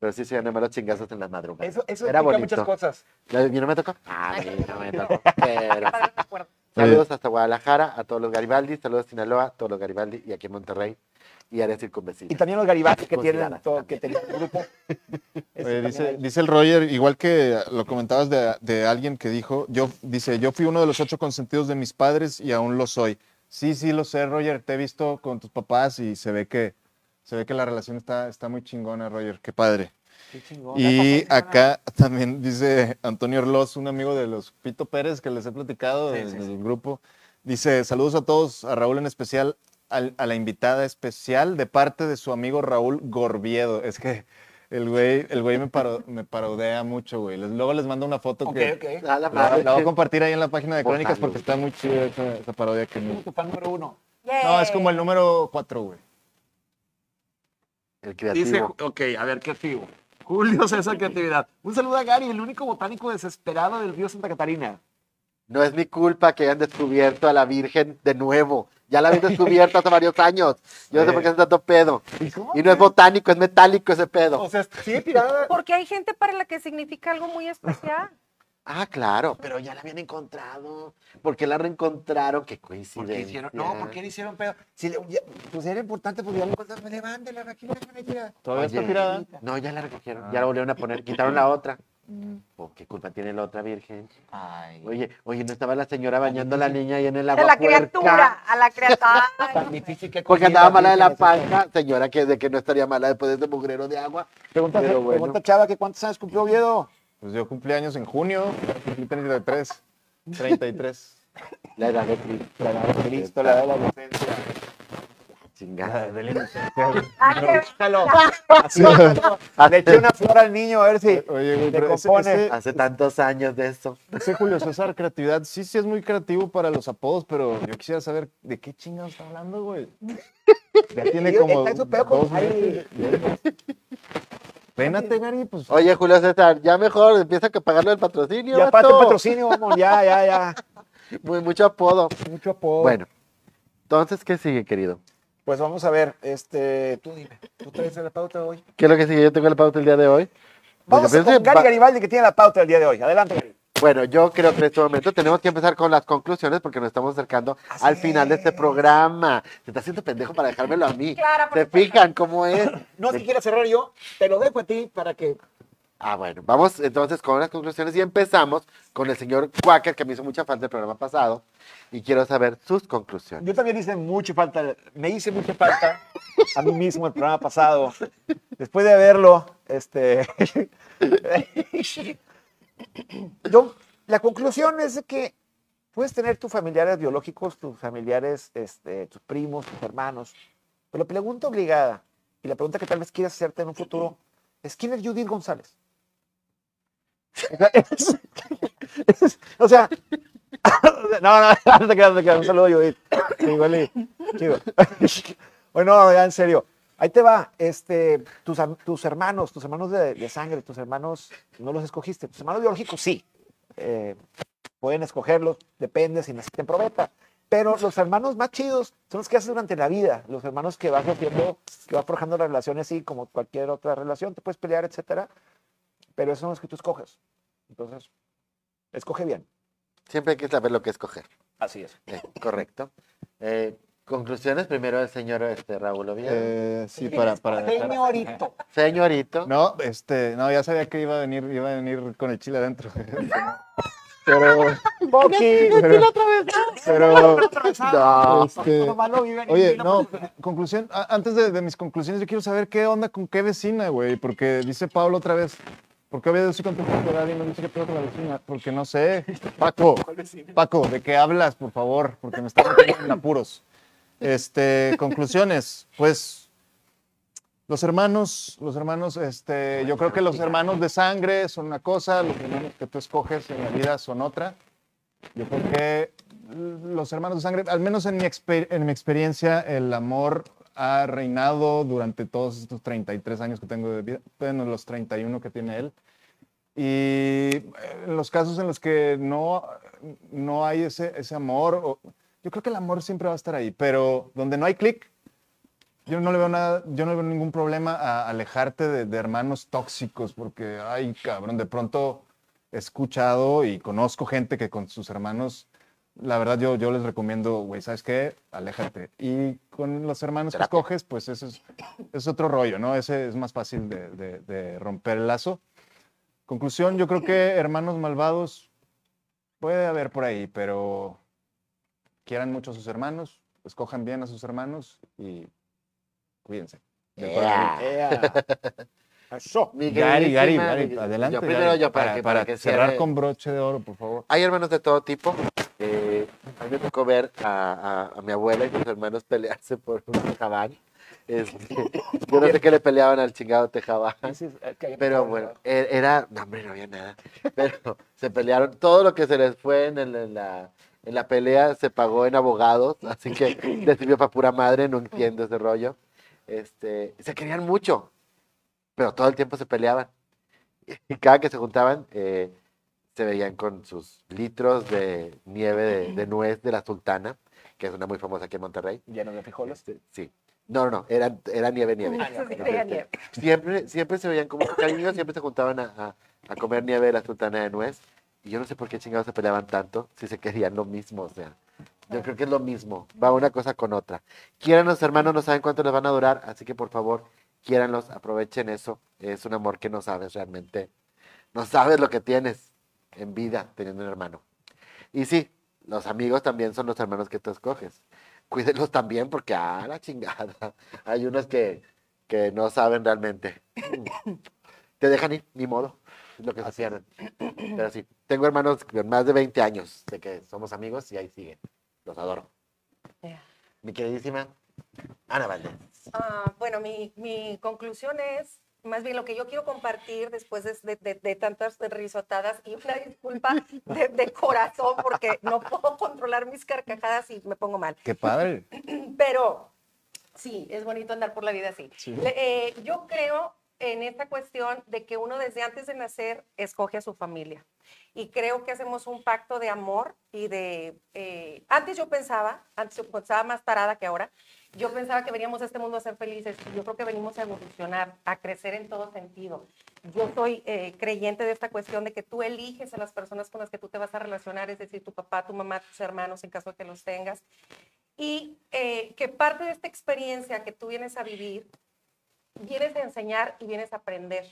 Speaker 2: Pero sí se llaman los chingazos en las madrugadas.
Speaker 1: Eso, eso
Speaker 2: Era
Speaker 1: explica
Speaker 2: bonito.
Speaker 1: muchas cosas.
Speaker 2: ¿La- ¿Y no me tocó? Ah,
Speaker 4: Ay,
Speaker 2: sí, no me
Speaker 4: no.
Speaker 2: tocó.
Speaker 1: *laughs*
Speaker 2: Pero...
Speaker 4: Para el recuerdo.
Speaker 2: Saludos hasta Guadalajara, a todos los Garibaldi, saludos a Sinaloa, a todos los Garibaldi y aquí en Monterrey y área
Speaker 1: Y
Speaker 2: circunvecina.
Speaker 1: también los Garibaldi que
Speaker 2: Pues
Speaker 1: tienen,
Speaker 2: nada,
Speaker 1: todo, que tenían el
Speaker 2: *laughs*
Speaker 1: grupo. Ese
Speaker 3: Oye,
Speaker 1: también
Speaker 3: dice,
Speaker 1: hay.
Speaker 3: dice el Roger, igual que lo comentabas de, de alguien que dijo, yo, dice, yo fui uno de los ocho consentidos de mis padres y aún lo soy. Sí, sí, lo sé, Roger, te he visto con tus papás y se ve que, se ve que la relación está, está muy chingona, Roger, qué padre.
Speaker 1: Qué chingón.
Speaker 3: Y acá también dice Antonio Orloz, un amigo de los Pito Pérez que les he platicado
Speaker 1: Sí,
Speaker 3: del,
Speaker 1: sí,
Speaker 3: del grupo. Dice, saludos a todos, a Raúl en especial, al- a la invitada especial de parte de su amigo Raúl Gorbiedo. Es que el güey, el güey me, paro- me parodea mucho, güey. Les- luego les mando una foto
Speaker 1: Ok,
Speaker 3: que
Speaker 1: ok.
Speaker 2: A la
Speaker 3: La,
Speaker 2: madre.
Speaker 3: la voy a compartir ahí en la página de
Speaker 2: Por
Speaker 3: Crónicas
Speaker 2: favor.
Speaker 3: porque está muy chida esa, esa parodia que me-
Speaker 1: Tu fan número uno.
Speaker 3: No, es
Speaker 4: Yay.
Speaker 3: como el número 4, güey.
Speaker 2: *laughs* El
Speaker 1: Dice,
Speaker 2: creativo.
Speaker 1: ok, a ver, creativo. Julio César Creatividad. Un saludo a Gary, el único botánico desesperado del río Santa Catarina.
Speaker 2: No es mi culpa que hayan descubierto a la Virgen de nuevo. Ya la habían descubierto hace varios años. Yo no sé por qué es tanto pedo. Y no es botánico, es metálico ese pedo.
Speaker 1: O sea, sigue tirada.
Speaker 4: Porque hay gente para la que significa algo muy especial.
Speaker 2: Ah, claro, pero ya la habían encontrado. ¿Por qué la reencontraron? Qué
Speaker 1: ¿Por
Speaker 2: coincidencia.
Speaker 1: qué hicieron? No, ¿por qué le hicieron pedo? Si le- ya- pues era importante, pues ya le contaste, levántela, aquí la tira.
Speaker 3: Todavía está tirada.
Speaker 2: No, ya la recogieron. Ya la volvieron a poner. Quitaron la otra.
Speaker 4: Mm.
Speaker 2: ¿Por qué culpa tiene la otra virgen?
Speaker 1: Ay.
Speaker 2: Oye, oye, no estaba la señora bañando a la niña ahí en el agua.
Speaker 4: a *laughs* la
Speaker 2: puerca?
Speaker 4: criatura, *laughs* a la criatura.
Speaker 1: Tan difícil que
Speaker 2: Porque
Speaker 1: comida,
Speaker 2: andaba mala de la
Speaker 1: virgen, es esto.
Speaker 2: panza, señora, que de que no estaría mala después de ese mugrero de agua.
Speaker 1: Pregunta,
Speaker 2: Pero bueno.
Speaker 1: pregunta Chava que cuántos años cumplió Oviedo.
Speaker 3: Pues yo cumplí años en junio, cumplí 33.
Speaker 1: *laughs*
Speaker 3: 33.
Speaker 2: La edad de Cristo.
Speaker 1: La edad de Cristo, la edad de la inocencia.
Speaker 2: Chingada.
Speaker 4: Ah, qué bien.
Speaker 1: Así, *laughs* le eché una flor al niño, a ver si
Speaker 3: Oye, güey,
Speaker 1: te
Speaker 3: pero ese-
Speaker 1: compone.
Speaker 3: ese-
Speaker 2: Hace tantos años de eso.
Speaker 3: Ese Julio César, creatividad, sí, sí es muy creativo para los apodos, pero yo quisiera saber de qué chingados está hablando, güey. Ya tiene
Speaker 1: Yo-
Speaker 3: como
Speaker 1: está en su pedo con-
Speaker 3: dos
Speaker 1: Ay,
Speaker 3: meses. Vénate, Gary, pues.
Speaker 2: Oye, Julio César, ya mejor empieza que pagarle el patrocinio.
Speaker 1: Ya para
Speaker 2: vato.
Speaker 1: tu patrocinio, vamos, ya, ya, ya.
Speaker 2: Muy, mucho apodo.
Speaker 1: *laughs* Mucho apodo.
Speaker 2: Bueno, entonces, ¿qué sigue, querido?
Speaker 1: Pues vamos a ver, este, tú dime, tú traes la pauta hoy.
Speaker 2: ¿Qué es lo que sigue? Yo tengo la pauta el día de hoy. Pues
Speaker 1: Vamos
Speaker 2: yo pienso
Speaker 1: con
Speaker 2: que
Speaker 1: Gary
Speaker 2: va-
Speaker 1: Garibaldi Pues, que tiene la pauta del día de hoy. Adelante, Gary.
Speaker 2: Bueno, yo creo que en este momento tenemos que empezar con las conclusiones porque nos estamos acercando
Speaker 1: Así
Speaker 2: al final de este
Speaker 1: es.
Speaker 2: programa. Se está haciendo pendejo para dejármelo a mí.
Speaker 4: Clara, por
Speaker 2: ¿Se
Speaker 4: supuesto.
Speaker 2: fijan cómo es?
Speaker 1: No, si quieres cerrar yo, te lo dejo a ti para que...
Speaker 2: Ah, bueno, vamos entonces con las conclusiones y empezamos con el señor Quaker que me hizo mucha falta el programa pasado y quiero saber sus conclusiones.
Speaker 1: Yo también hice mucha falta, me hice mucha falta a mí mismo el programa pasado. Después de verlo, este... *laughs* yo, la conclusión es de que puedes tener tus familiares biológicos, tus familiares, este, tus primos, tus hermanos, pero la pregunta obligada y la pregunta que tal vez quieras hacerte en un futuro es, ¿quién es Judith González? O sea, *laughs* es- es-
Speaker 5: *laughs*
Speaker 1: o sea, no, no, no
Speaker 5: *laughs*
Speaker 1: te quedas, no te quedas. Un saludo, Judith. Sí, igual y- chido. Bueno, ya en serio.
Speaker 5: Ahí te va, este, tus, am- tus hermanos, tus hermanos de, de sangre, tus hermanos, no los escogiste. Tus hermanos biológicos, sí. Eh, pueden escogerlos, depende si naciste en probeta. Pero los hermanos más chidos son los que haces durante la vida, los hermanos que vas haciendo, que vas forjando las relaciones así como cualquier otra relación, te puedes pelear, etcétera. Pero esos son los que tú escoges. Entonces, escoge bien.
Speaker 2: Siempre hay que saber lo que escoger.
Speaker 5: Así es.
Speaker 2: Eh, correcto. Eh, conclusiones primero el señor este, Raúl Oviedo.
Speaker 3: Eh, sí, para, para
Speaker 2: *laughs*
Speaker 3: dejar-
Speaker 4: Señorito.
Speaker 2: Señorito.
Speaker 3: No, este, no, ya sabía que iba a venir, iba a venir con el chile adentro. *laughs* Pero,
Speaker 5: Boqui.
Speaker 3: pero,
Speaker 2: No.
Speaker 3: este,
Speaker 5: malo vive en
Speaker 3: Oye,
Speaker 5: Irvino,
Speaker 3: no,
Speaker 5: pues,
Speaker 3: conclusión, a- antes de, de mis conclusiones, yo quiero saber qué onda con qué vecina, güey, porque dice Pablo otra vez, ¿por qué había sido contento con alguien no dice que pedo con la vecina? Porque no sé, Paco, Paco, ¿de qué hablas, por favor? Porque me estás metiendo en apuros. Este, conclusiones, pues, los hermanos, los hermanos, este, yo creo que los hermanos de sangre son una cosa, los hermanos que tú escoges en la vida son otra. Yo creo que los hermanos de sangre, al menos en mi, exper- en mi experiencia, el amor ha reinado durante todos estos 33 años que tengo de vida, bueno, los 31 que tiene él. Y eh, en los casos en los que no, no hay ese, ese amor, o- yo creo que el amor siempre va a estar ahí, pero donde no hay clic, yo no le veo nada, yo no le veo ningún problema a alejarte de, de hermanos tóxicos, porque, ay, cabrón, de pronto he escuchado y conozco gente que con sus hermanos, la verdad, yo, yo les recomiendo, güey, ¿sabes qué? Aléjate. Y con los hermanos que escoges, pues ese es, es otro rollo, ¿no? Ese es más fácil de, de- de romper el lazo. Conclusión, yo creo que hermanos malvados puede haber por ahí, pero quieran mucho a sus hermanos, escojan bien a sus hermanos y cuídense. Del
Speaker 2: Ea.
Speaker 3: coronavirus.
Speaker 2: *laughs*
Speaker 5: Eso.
Speaker 2: Mi
Speaker 3: Gary, Gary,
Speaker 2: queridísima-
Speaker 3: Gary, adelante.
Speaker 2: Yo primero
Speaker 3: Gary,
Speaker 2: yo para, que, para que
Speaker 3: cerrar
Speaker 2: cierre.
Speaker 3: con broche de oro, por favor.
Speaker 2: Hay hermanos de todo tipo. eh, a mí me tocó ver a, a- a mi abuela y sus hermanos pelearse por un tejabán. Este, yo no sé qué le peleaban al chingado tejabán. Pero bueno, e- era. No, hombre, no había nada. Pero *laughs* se pelearon. Todo lo que se les fue en, el- en la, en la pelea se pagó en abogados. *laughs* Así que les sirvió para pura madre. No entiendo ese rollo. Este, se querían mucho. Pero todo el tiempo se peleaban. Y cada que se juntaban, eh, se veían con sus litros de nieve de, de nuez de la Sultana, que es una muy famosa aquí en Monterrey.
Speaker 5: Lleno de frijoles.
Speaker 2: Este, sí. No, no, no, era, era nieve, nieve.
Speaker 4: Eso sí,
Speaker 2: Este,
Speaker 4: vean bien.
Speaker 2: Siempre, siempre se veían como cariños, siempre se juntaban a, a- a comer nieve de la sultana de nuez. Y yo no sé por qué chingados se peleaban tanto si se querían lo mismo. O sea, yo creo que es lo mismo. Va una cosa con otra. Quieran los hermanos, no saben cuánto les van a durar. Así que por favor, quiéranlos, aprovechen eso. Es un amor que no sabes realmente. No sabes lo que tienes en vida teniendo un hermano. Y sí, los amigos también son los hermanos que tú escoges. Cuídenlos también porque, ah, la chingada. *laughs* Hay unos que, que no saben realmente. Te dejan ir, ni modo, es lo que se pierden. Pero sí, tengo hermanos con más de 20 años de que somos amigos y ahí siguen. Los adoro.
Speaker 4: Ya.
Speaker 2: Mi queridísima Ana Valdés.
Speaker 4: Ah, bueno, mi, mi conclusión es, más bien lo que yo quiero compartir después de, de- de- de tantas risotadas y una disculpa de, de corazón porque no puedo controlar mis carcajadas y me pongo mal.
Speaker 3: Qué padre.
Speaker 4: Pero sí, es bonito andar por la vida así. Le- eh, yo creo en esta cuestión de que uno desde antes de nacer escoge a su familia. Y creo que hacemos un pacto de amor y de... eh, antes yo pensaba, antes yo pensaba más tarada que ahora, yo pensaba que veníamos a este mundo a ser felices. Yo creo que venimos a evolucionar, a crecer en todo sentido. Yo soy eh, creyente de esta cuestión de que tú eliges a las personas con las que tú te vas a relacionar, es decir, tu papá, tu mamá, tus hermanos, en caso de que los tengas y eh, que parte de esta experiencia que tú vienes a vivir, vienes a enseñar y vienes a aprender.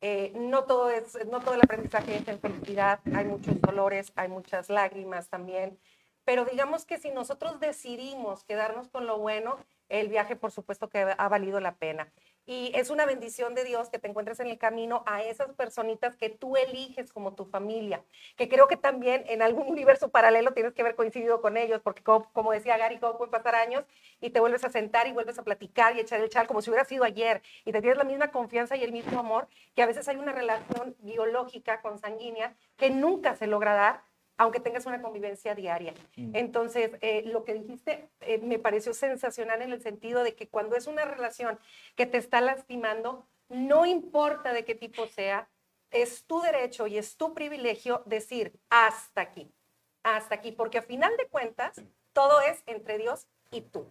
Speaker 4: Eh, no, todo es, no todo el aprendizaje es en felicidad, hay muchos dolores, hay muchas lágrimas también, pero digamos que si nosotros decidimos quedarnos con lo bueno, el viaje por supuesto que ha valido la pena. Y es una bendición de Dios que te encuentres en el camino a esas personitas que tú eliges como tu familia que creo que también en algún *laughs* universo paralelo tienes que haber coincidido con ellos, porque como, como decía Gary, cómo pueden pasar años y te vuelves a sentar y vuelves a platicar y echar el chal como si hubiera sido ayer, y te tienes la misma confianza y el mismo amor, que a veces hay una relación biológica consanguínea que nunca se logra dar aunque tengas una convivencia diaria. Entonces, eh, lo que dijiste eh, me pareció sensacional en el sentido de que cuando es una relación que te está lastimando, no importa de qué tipo sea, es tu derecho y es tu privilegio decir hasta aquí, hasta aquí, porque a final de cuentas, todo es entre Dios y tú.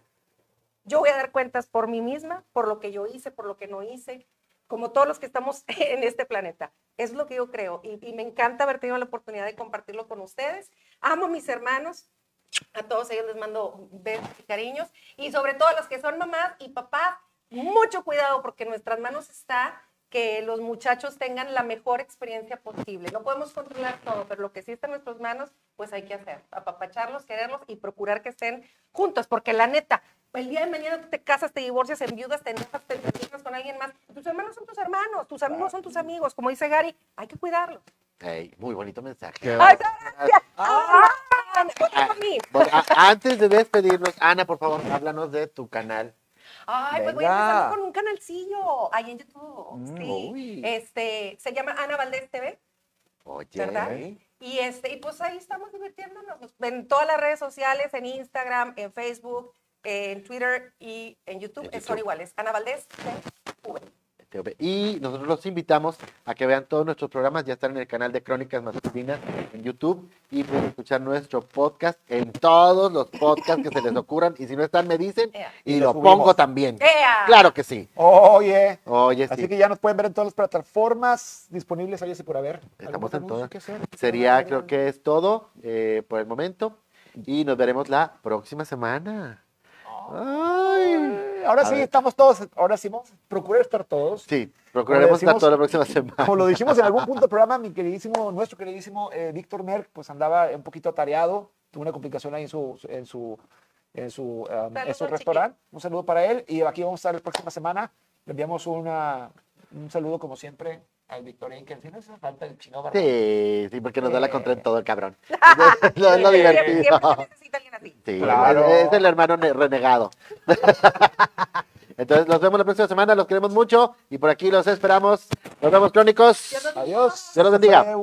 Speaker 4: Yo voy a dar cuentas por mí misma, por lo que yo hice, por lo que no hice, como todos los que estamos *laughs* en este planeta. Es lo que yo creo y, y me encanta haber tenido la oportunidad de compartirlo con ustedes. Amo a mis hermanos, a todos ellos les mando besos y cariños y sobre todo a los que son mamás y papás, mucho cuidado porque en nuestras manos está que los muchachos tengan la mejor experiencia posible. No podemos controlar todo, pero lo que sí está en nuestras manos, pues hay que hacer, apapacharlos, quererlos y procurar que estén juntos, porque la neta, el día de mañana tú te casas, te divorcias, enviudas, te enojas, te enojas con alguien más. Tus hermanos son tus hermanos, tus amigos son tus amigos, como dice Gary, hay que cuidarlos.
Speaker 2: Ey, muy bonito mensaje.
Speaker 3: Qué
Speaker 4: ¡Ay, gracias! ¡Ah! Otro para mí.
Speaker 2: Bueno, a- antes de despedirnos, Ana, por favor, háblanos de tu canal.
Speaker 4: Ay, pues voy
Speaker 1: Venga.
Speaker 4: empezando con un canalcillo ahí en YouTube. sí.
Speaker 2: uy.
Speaker 4: Este, se llama Ana Valdés TV.
Speaker 2: Oye,
Speaker 4: ¿Verdad? Y este, y pues ahí estamos divirtiéndonos pues, en todas las redes sociales, en Instagram, en Facebook, en Twitter y en YouTube,
Speaker 2: En
Speaker 4: eh,
Speaker 2: YouTube.
Speaker 4: son iguales. Ana Valdés TV.
Speaker 2: TV. Y nosotros los invitamos a que vean todos nuestros programas, ya están en el canal de Crónicas Masculinas en YouTube y pueden escuchar nuestro podcast en todos los podcasts que se les ocurran y si no están me dicen
Speaker 4: Ea.
Speaker 2: y,
Speaker 1: Y
Speaker 2: lo
Speaker 1: lo subimos.
Speaker 2: pongo también.
Speaker 4: ¡Ea!
Speaker 2: Claro que sí.
Speaker 1: Oye.
Speaker 2: Oye,
Speaker 1: Así
Speaker 2: sí.
Speaker 1: que ya nos pueden ver en todas las plataformas disponibles, ahí así por haber.
Speaker 2: Estamos
Speaker 1: ¿Algún
Speaker 2: en
Speaker 1: anuncio
Speaker 2: todas.
Speaker 1: que hacer?
Speaker 2: Sería, creo que es todo eh, por el momento y nos veremos la próxima semana. Ay.
Speaker 1: Eh, Ahora
Speaker 2: A
Speaker 1: sí,
Speaker 2: ver.
Speaker 1: estamos todos, ahora sí vamos a procurar estar todos.
Speaker 2: Sí, procuraremos estar
Speaker 1: decimos-
Speaker 2: toda la
Speaker 1: *laughs*
Speaker 2: próxima semana.
Speaker 1: Como lo dijimos en algún punto del programa, mi queridísimo, nuestro queridísimo eh, Víctor Merck, pues andaba un poquito atareado, tuvo una complicación ahí en su, en su, en su, um, en su
Speaker 4: chiquito.
Speaker 1: restaurante. Un saludo para él y aquí vamos a estar la próxima semana. Le enviamos una, un saludo, como siempre, al Victorín, que al final se falta el chino barbón.
Speaker 2: Sí, sí, porque nos da la contra en todo el cabrón. *laughs* lo,
Speaker 4: Siempre-
Speaker 2: lo divertido.
Speaker 4: Eh. Siempre se necesita alguien así.
Speaker 2: Sí,
Speaker 1: Claro.
Speaker 2: es el hermano ne- renegado. *laughs* Entonces, nos vemos la próxima semana, los queremos mucho y por aquí los esperamos. Nos vemos, crónicos.
Speaker 4: Dios los
Speaker 1: Adiós.
Speaker 2: Dios los bendiga.
Speaker 1: Fue